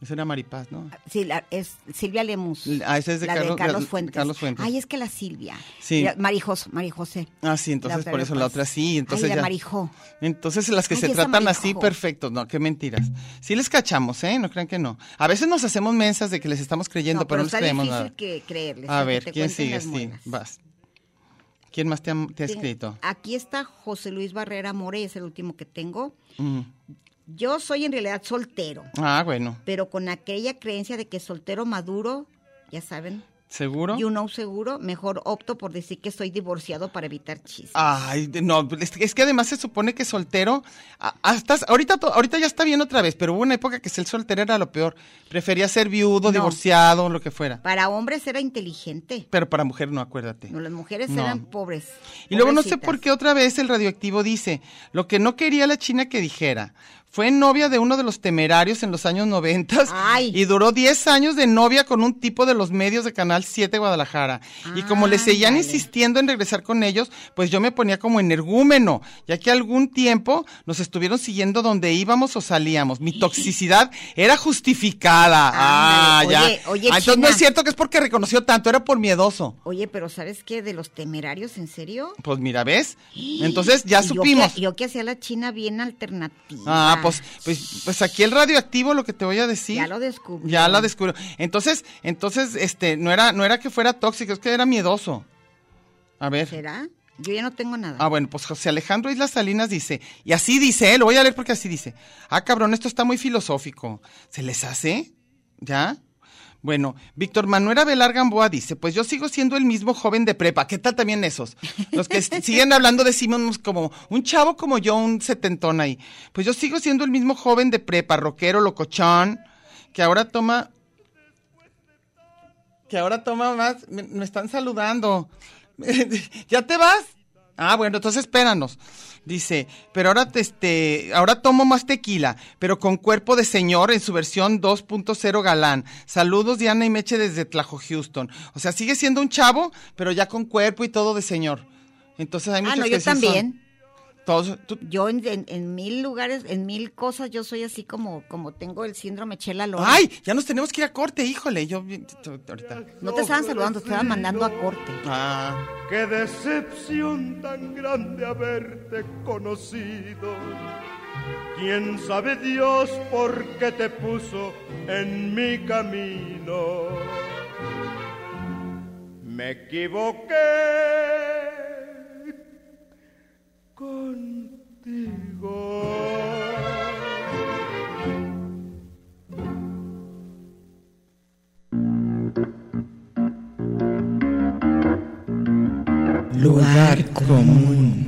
S3: Esa era Maripaz, ¿no?
S1: Sí, la- es Silvia Lemus.
S3: Ah, esa es de
S1: la
S3: Carlos-
S1: de Carlos
S3: la-
S1: Fuentes.
S3: Carlos Fuentes.
S1: Ay, es que la Silvia.
S3: Sí.
S1: Mira, Marijos, Marijosé.
S3: Ah, sí, entonces
S1: La
S3: por eso la
S1: Octavio
S3: otra
S1: Paz.
S3: sí, entonces
S1: Ay, la
S3: ya.
S1: Marijó.
S3: Entonces las que
S1: Ay,
S3: se
S1: esa
S3: tratan así,
S1: marijo.
S3: perfecto, no, qué mentiras. Sí les cachamos, ¿eh? No crean que no. A veces nos hacemos mensas de que les estamos creyendo,
S1: No, pero
S3: pero, no les
S1: está
S3: creemos
S1: difícil
S3: nada.
S1: que creerles. ¿eh?
S3: A
S1: que
S3: ver,
S1: te
S3: ¿quién
S1: cuenten
S3: sigue?
S1: las
S3: Sí,
S1: muelas.
S3: vas. ¿Quién más te ha, te ha
S1: Ten-
S3: escrito?
S1: Aquí está José Luis Barrera More, es el último que tengo.
S3: Mm.
S1: Yo soy en realidad soltero,
S3: Ah, bueno.
S1: pero con aquella creencia de que soltero maduro, ya saben,
S3: ¿Seguro?
S1: y un no seguro, mejor opto por decir que soy divorciado para evitar chismes.
S3: Ah. Ay, de- no, pues, es, es que además se supone que soltero, a- hasta ahorita, to- ahorita ya está bien otra vez, pero hubo una época que ser soltero era lo peor. Prefería ser viudo,
S1: No.
S3: divorciado, lo que fuera.
S1: Para hombres era inteligente,
S3: Pero para mujer no, acuérdate.
S1: no, las mujeres
S3: No.
S1: eran pobres.
S3: Y luego no sé
S1: pobrecitas.
S3: por qué otra vez el radioactivo dice, lo que no quería la China que dijera, fue novia de uno de los temerarios en los años 90
S1: Ay.
S3: y duró 10 años de novia con un tipo de los medios de Canal 7 Guadalajara. y como le seguían
S1: Ándale.
S3: insistiendo en regresar con ellos, pues yo me ponía como energúmeno, ya que algún tiempo nos estuvieron siguiendo donde íbamos o salíamos. Mi toxicidad era justificada. Ah,
S1: Ándale.
S3: ya.
S1: Oye, oye,
S3: Ah, entonces no
S1: China.
S3: es cierto que es porque reconoció tanto, era por miedoso.
S1: Oye, pero ¿sabes qué? De los temerarios, ¿en serio?
S3: Pues mira, ¿ves? Entonces ya
S1: Y
S3: supimos.
S1: Yo que, yo que hacía la China bien alternativa.
S3: Ah, pues, pues, pues aquí el radioactivo lo que te voy a decir.
S1: Ya lo descubrió.
S3: Ya la descubrió. Entonces, entonces, este, no era, no era que fuera tóxico, es que era miedoso. A ver.
S1: ¿Será? Yo ya no tengo nada.
S3: Ah, bueno, pues José Alejandro Islas Salinas dice, y así dice, ¿eh? lo voy a leer porque así dice. Ah, cabrón, esto está muy filosófico. ¿Se les hace? ¿Ya? Bueno, Víctor Manuel Abelar Gamboa dice, pues yo sigo siendo el mismo joven de prepa. ¿Qué tal también esos? Los que s- siguen hablando de Simons como un chavo como yo, un setentón ahí. Pues yo sigo siendo el mismo joven de prepa, rockero, locochón, que ahora toma... Que ahora toma más... Me, me están saludando. ¿Ya te vas? Ah, bueno, entonces espéranos. Dice, pero ahora te- este, ahora tomo más tequila, pero con cuerpo de señor en su versión 2.0 galán. Saludos Diana y Meche desde Tlajo Houston. O sea, sigue siendo un chavo, pero ya con cuerpo y todo de señor. Entonces hay
S1: Ah,
S3: muchos
S1: no,
S3: que
S1: yo
S3: sí son-
S1: también.
S3: todos, tú-
S1: Yo en, en- en mil lugares, en mil cosas, yo soy así como, como tengo el síndrome Chela Lora.
S3: ay, ya nos tenemos que ir a corte, híjole. Yo ahorita.
S1: No te estaban saludando, te estaban mandando a corte.
S3: Ah,
S9: Qué decepción tan grande haberte conocido. Quién sabe Dios por qué te puso en mi camino. Me equivoqué conmigo.
S4: Lugar común.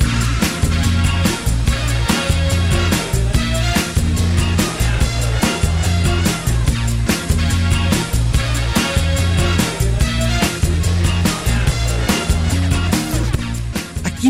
S4: Aquí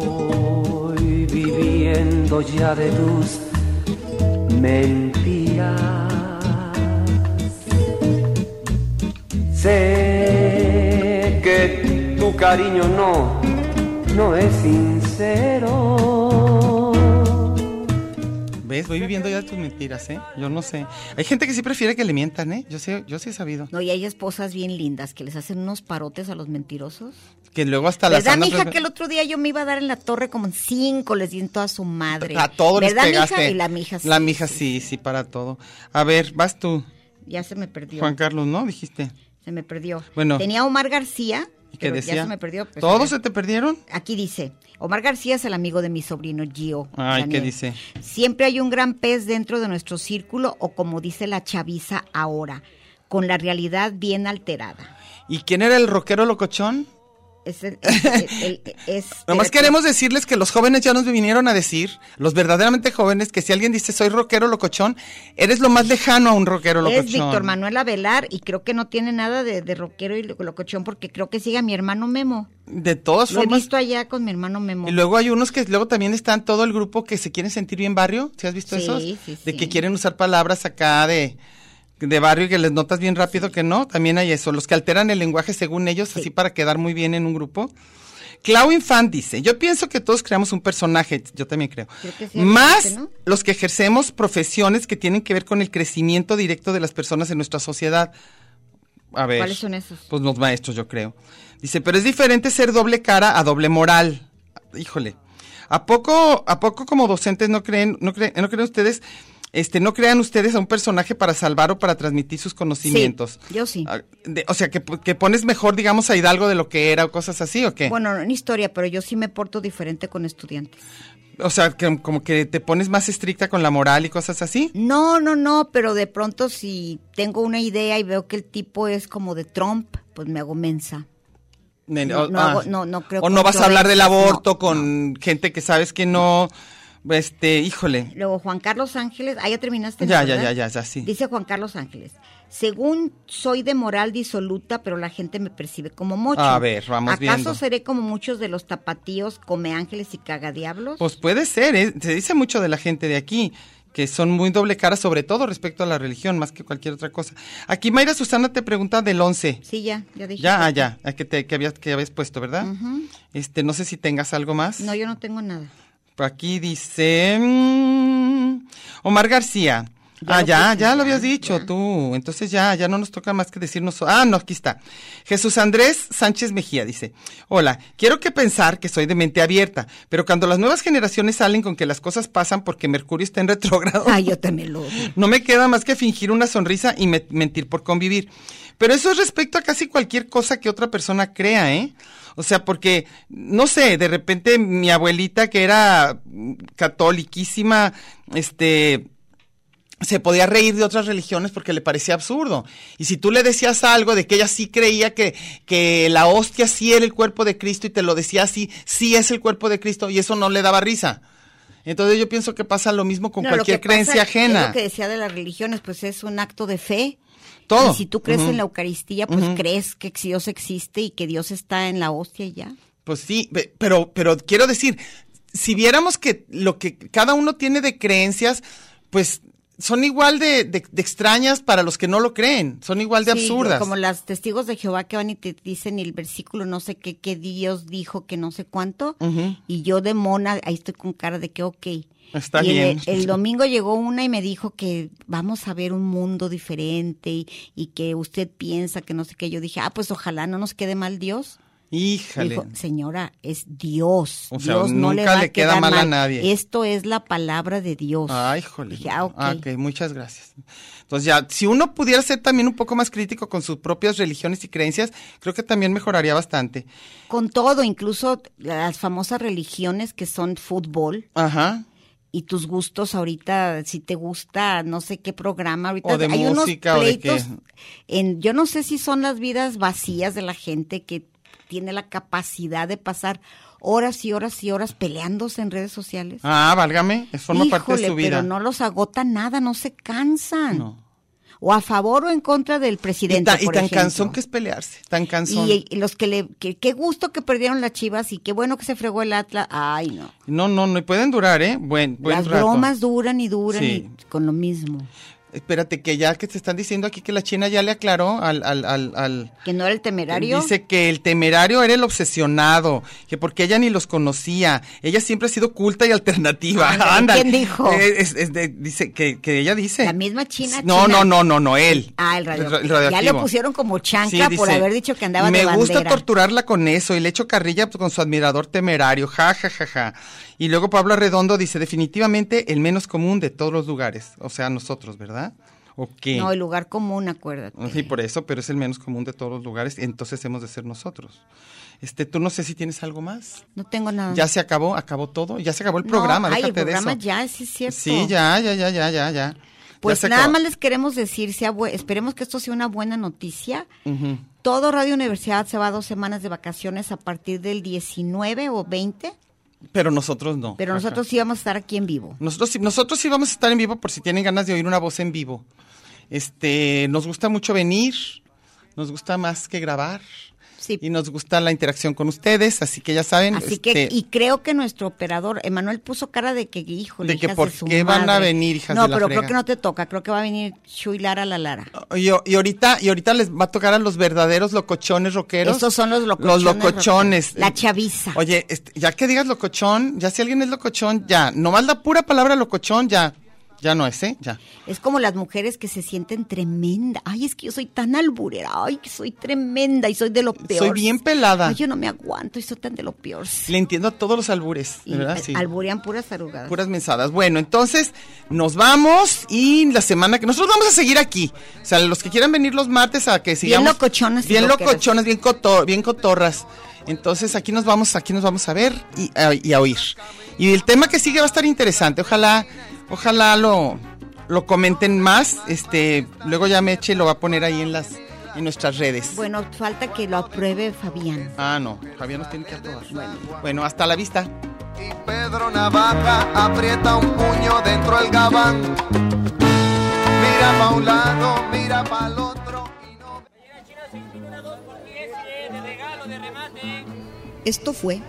S2: Voy viviendo ya de tus mentiras. Sé que tu cariño no, no es sincero.
S3: ¿Ves? Voy viviendo ya tus mentiras, ¿eh? Yo no sé. Hay gente que sí prefiere que le mientan, ¿eh? Yo sí, yo sí he sabido.
S1: No, y hay esposas bien lindas que les hacen unos parotes a los mentirosos.
S3: Que luego hasta las
S1: ¿Verdad,
S3: andan
S1: mija,
S3: pre-
S1: que el otro día yo me iba a dar en la torre como en cinco, les di en toda su madre.
S3: A todos les
S1: ¿Verdad, mija?
S3: pegaste.
S1: Y la mija sí.
S3: La mija sí, sí, para todo. A ver, vas tú,
S1: Ya se me perdió.
S3: Juan Carlos, ¿no? Dijiste.
S1: Se me perdió.
S3: Bueno.
S1: Tenía a Omar García.
S3: ¿Y qué
S1: pero
S3: decía?
S1: Ya se me perdió. pues,
S3: ¿Todos
S1: mira.
S3: se te perdieron?
S1: Aquí dice, Omar García es el amigo de mi sobrino Gio.
S3: Ay, ¿qué
S1: Daniel.
S3: dice?
S1: Siempre hay un gran pez dentro de nuestro círculo o como dice la chaviza ahora, con la realidad bien alterada.
S3: ¿Y quién era el rockero locochón?
S1: Es, el- es- el- el- es-
S3: Nomás
S1: espérate.
S3: queremos decirles que los jóvenes ya nos vinieron a decir, los verdaderamente jóvenes, que si alguien dice soy rockero locochón, eres lo más lejano a un rockero locochón.
S1: Es Víctor Manuel Avelar y creo que no tiene nada de, de rockero y lo- locochón porque creo que sigue a mi hermano Memo.
S3: De todas
S1: Lo he
S3: formas.
S1: visto allá con mi hermano Memo.
S3: Y luego hay unos que luego también están todo el grupo que se quieren sentir bien barrio. ¿Sí has visto
S1: Sí,
S3: esos?
S1: sí,
S3: de
S1: sí.
S3: que quieren usar palabras acá de, de barrio y que les notas bien rápido que no. También hay eso. Los que alteran el lenguaje según ellos, así para quedar muy bien en un grupo. Clau Infant dice, yo pienso que todos creamos un personaje, yo también creo.
S1: Creo que sí,
S3: Más
S1: ¿no?
S3: los que ejercemos profesiones que tienen que ver con el crecimiento directo de las personas en nuestra sociedad. A ver.
S1: ¿Cuáles son esos?
S3: Pues los maestros, yo creo. Dice, pero es diferente ser doble cara a doble moral. Híjole. ¿A poco, a poco como docentes no creen, no creen, no creen ustedes, este, no crean ustedes a un personaje para salvar o para transmitir sus conocimientos?
S1: yo sí.
S3: Ah, de- o sea, que, que pones mejor, digamos, a Hidalgo de lo que era o cosas así, ¿o qué?
S1: Bueno, no en historia, pero yo sí me porto diferente con estudiantes.
S3: O sea, que, como que te pones más estricta con la moral y cosas así.
S1: No, no, no, pero de pronto si tengo una idea y veo que el tipo es como de Trump, pues me hago mensa.
S3: Ne-
S1: No,
S3: o-
S1: no
S3: ah,
S1: hago- no, no creo
S3: O no vas a
S1: controversias,
S3: hablar del aborto
S1: no,
S3: con gente que sabes que no, este, híjole.
S1: Luego Juan Carlos Ángeles, ah, ya terminaste.
S3: Ya,
S1: ¿no?
S3: ya,
S1: ¿verdad?
S3: ya, ya, ya, sí.
S1: Dice Juan Carlos Ángeles, según soy de moral disoluta, pero la gente me percibe como mocho.
S3: A ver, vamos
S1: ¿Acaso
S3: viendo.
S1: seré como muchos de los tapatíos, come ángeles y cagadiablos?
S3: Pues puede ser, ¿eh? se dice mucho de la gente de aquí, que son muy doble cara, sobre todo respecto a la religión, más que cualquier otra cosa. Aquí Mayra Susana te pregunta del 11.
S1: sí, ya, ya dije.
S3: Ya, ah, ya, ah, que, te, que, habías, que habías puesto, ¿verdad? Este, no sé si tengas algo más.
S1: No, yo no tengo nada.
S3: Por Aquí dice mm, Omar García.
S1: Ya
S3: ah,
S1: lo
S3: ya,
S1: puse,
S3: ya lo
S1: ya,
S3: habías dicho tú. Entonces ya, ya no nos toca más que decirnos. Ah, no, aquí está. Jesús Andrés Sánchez Mejía dice: Hola, quiero que pensar que soy de mente abierta, pero cuando las nuevas generaciones salen con que las cosas pasan porque Mercurio está en retrógrado.
S1: Ay, yo también lo odio.
S3: No me queda más que fingir una sonrisa y me- mentir por convivir. Pero eso es respecto a casi cualquier cosa que otra persona crea, ¿eh? O sea, porque, no sé, de repente mi abuelita que era mm, catoliquísima, este, se podía reír de otras religiones porque le parecía absurdo. Y si tú le decías algo de que ella sí creía que, que la hostia sí era el cuerpo de Cristo y te lo decía así, sí es el cuerpo de Cristo y eso no le daba risa. Entonces yo pienso que pasa lo mismo con
S1: No, lo
S3: cualquier
S1: que pasa
S3: creencia ajena.
S1: Es lo que decía de las religiones, pues es un acto de fe.
S3: Todo.
S1: Y si tú crees
S3: Ujú.
S1: en la Eucaristía, pues
S3: Ujú.
S1: crees que Dios existe y que Dios está en la hostia y ya.
S3: Pues sí, pe- pero, pero quiero decir, si viéramos que lo que cada uno tiene de creencias, pues son igual de, de- de extrañas para los que no lo creen, son igual de
S1: Sí,
S3: absurdas.
S1: Como las testigos de Jehová que van y te dicen el versículo no sé qué, que Dios dijo que no sé cuánto.
S3: Ujú.
S1: Y yo de mona, ahí estoy con cara de que ok.
S3: Está
S1: Y el-
S3: bien.
S1: El, domingo llegó una y me dijo que vamos a ver un mundo diferente y, y que usted piensa que no sé qué. Yo dije, ah, pues ojalá no nos quede mal Dios.
S3: Híjale.
S1: Dijo, señora, es Dios.
S3: O sea,
S1: Dios no le,
S3: nunca
S1: va
S3: le
S1: a
S3: queda
S1: quedar
S3: mal a
S1: mal.
S3: nadie.
S1: Esto es la palabra de Dios.
S3: Ay, jole.
S1: pues, Dije, ah, ok.
S3: Ah, ok, muchas gracias. Entonces ya, si uno pudiera ser también un poco más crítico con sus propias religiones y creencias, creo que también mejoraría bastante.
S1: Con todo, incluso las famosas religiones que son fútbol
S3: Ajá.
S1: y tus gustos ahorita, si te gusta no sé qué programa, ahorita
S3: O de
S1: hay
S3: música, o
S1: unos
S3: de
S1: pleitos.
S3: qué.
S1: en, yo no sé si son las vidas vacías de la gente que tiene la capacidad de pasar horas y horas y horas peleándose en redes sociales.
S3: Ah, válgame, es forma parte de
S1: Híjole,
S3: su vida.
S1: pero no los agota nada, no se cansan.
S3: No.
S1: O a favor o en contra del
S3: Y,
S1: presidente.
S3: ta- y
S1: por
S3: tan
S1: ejemplo.
S3: cansón que es pelearse, tan cansón.
S1: Y, y los que le. que- Qué gusto que perdieron las chivas y qué bueno que se fregó el Atlas. Ay, no.
S3: No, no, no, y pueden durar, ¿eh? Buen, buen
S1: las
S3: rato.
S1: bromas duran y duran
S3: Sí.
S1: y con lo mismo.
S3: Espérate, que ya que te están diciendo aquí que la China ya le aclaró al... al, al, al-
S1: Que no era el temerario.
S3: Dice que el temerario era el obsesionado, que porque ella ni los conocía. Ella siempre ha sido culta y alternativa.
S1: Ándale,
S3: Ándale.
S1: Ah, ¿quién dijo?
S3: Eh, es- es de- dice que, que ella dice.
S1: La misma China,
S3: No,
S1: China.
S3: no, no, no, no, él.
S1: Ah, el radio.
S3: ra-
S1: Ya
S3: radioactivo.
S1: le pusieron como chanca
S3: Sí,
S1: por
S3: dice,
S1: haber dicho que andaba
S3: Me
S1: de bandera.
S3: gusta torturarla con eso y le echo carrilla pues, con su admirador temerario, ja, ja, ja, ja. Y luego Pablo Arredondo dice, definitivamente el menos común de todos los lugares, o sea, nosotros, ¿verdad? ¿O qué?
S1: No, el lugar común, acuérdate.
S3: Sí, por eso, pero es el menos común de todos los lugares, entonces hemos de ser nosotros. Este, tú no sé si tienes algo más.
S1: No tengo nada.
S3: Ya se acabó, acabó todo, ya se acabó el
S1: Ah. No,
S3: programa,
S1: ay, el
S3: déjate
S1: programa
S3: de eso.
S1: ya, sí es cierto.
S3: Sí, ya, ya, ya, ya, ya, ya. Ya
S1: Pues
S3: se
S1: nada
S3: acabó.
S1: más les queremos decir, sea bu- esperemos que esto sea una buena noticia. Todo Radio Universidad se va a dos semanas de vacaciones a partir del 19 o 20,
S3: Pero nosotros no.
S1: pero
S3: Ajá.
S1: nosotros sí vamos a estar aquí en vivo.
S3: Nosotros, sí- nosotros sí vamos a estar en vivo por si tienen ganas de oír una voz en vivo. Este, nos gusta mucho venir, nos gusta más que grabar
S1: Sí.
S3: y nos gusta la interacción con ustedes, así que ya saben.
S1: Así que,
S3: este,
S1: y creo que nuestro operador, Emanuel, puso cara de que, hijo,
S3: De que por qué van a venir, hijas
S1: No,
S3: de la
S1: pero creo
S3: frega.
S1: que no te toca, creo que va a venir Chuy Lara la Lara.
S3: y, y ahorita y ahorita les va a tocar a los verdaderos locochones rockeros.
S1: Estos son los
S3: Los
S1: locochones
S3: locochones.
S1: rockeros. La chaviza.
S3: Oye, este, ya que digas locochón, ya si alguien es locochón, ya. Nomás la pura palabra locochón, ya. Ya no es, ¿eh? Ya.
S1: Es como las mujeres que se sienten tremenda. Ay, es que yo soy tan alburera. Ay, que soy tremenda y soy de lo peor.
S3: Soy bien pelada.
S1: Ay, yo no me aguanto y soy tan de lo peor.
S3: Le entiendo a todos los albures,
S1: Y
S3: ¿verdad?
S1: eh,
S3: Sí.
S1: alburean puras tarugadas.
S3: Puras mensadas. Bueno, entonces nos vamos y la semana que nosotros vamos a seguir aquí. O sea, los que quieran venir los martes a que sigamos.
S1: locochonas y
S3: Bien
S1: rockeras.
S3: locochonas, bien, cotor- bien cotorras. Entonces aquí nos vamos, aquí nos vamos a ver y a, y a oír. Y el tema que sigue va a estar interesante. Ojalá, ojalá lo, lo comenten más. Este, luego ya Meche lo va a poner ahí en las, en nuestras redes.
S1: Bueno, falta que lo apruebe Fabián.
S3: Ah, no, Javier nos tiene que aprobar. Bueno, hasta la vista.
S10: Y Pedro Navaja aprieta un puño dentro del gabán. Mira pa' un lado, mira pa' el otro. y no-
S1: Esto fue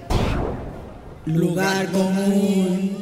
S4: Lugar común.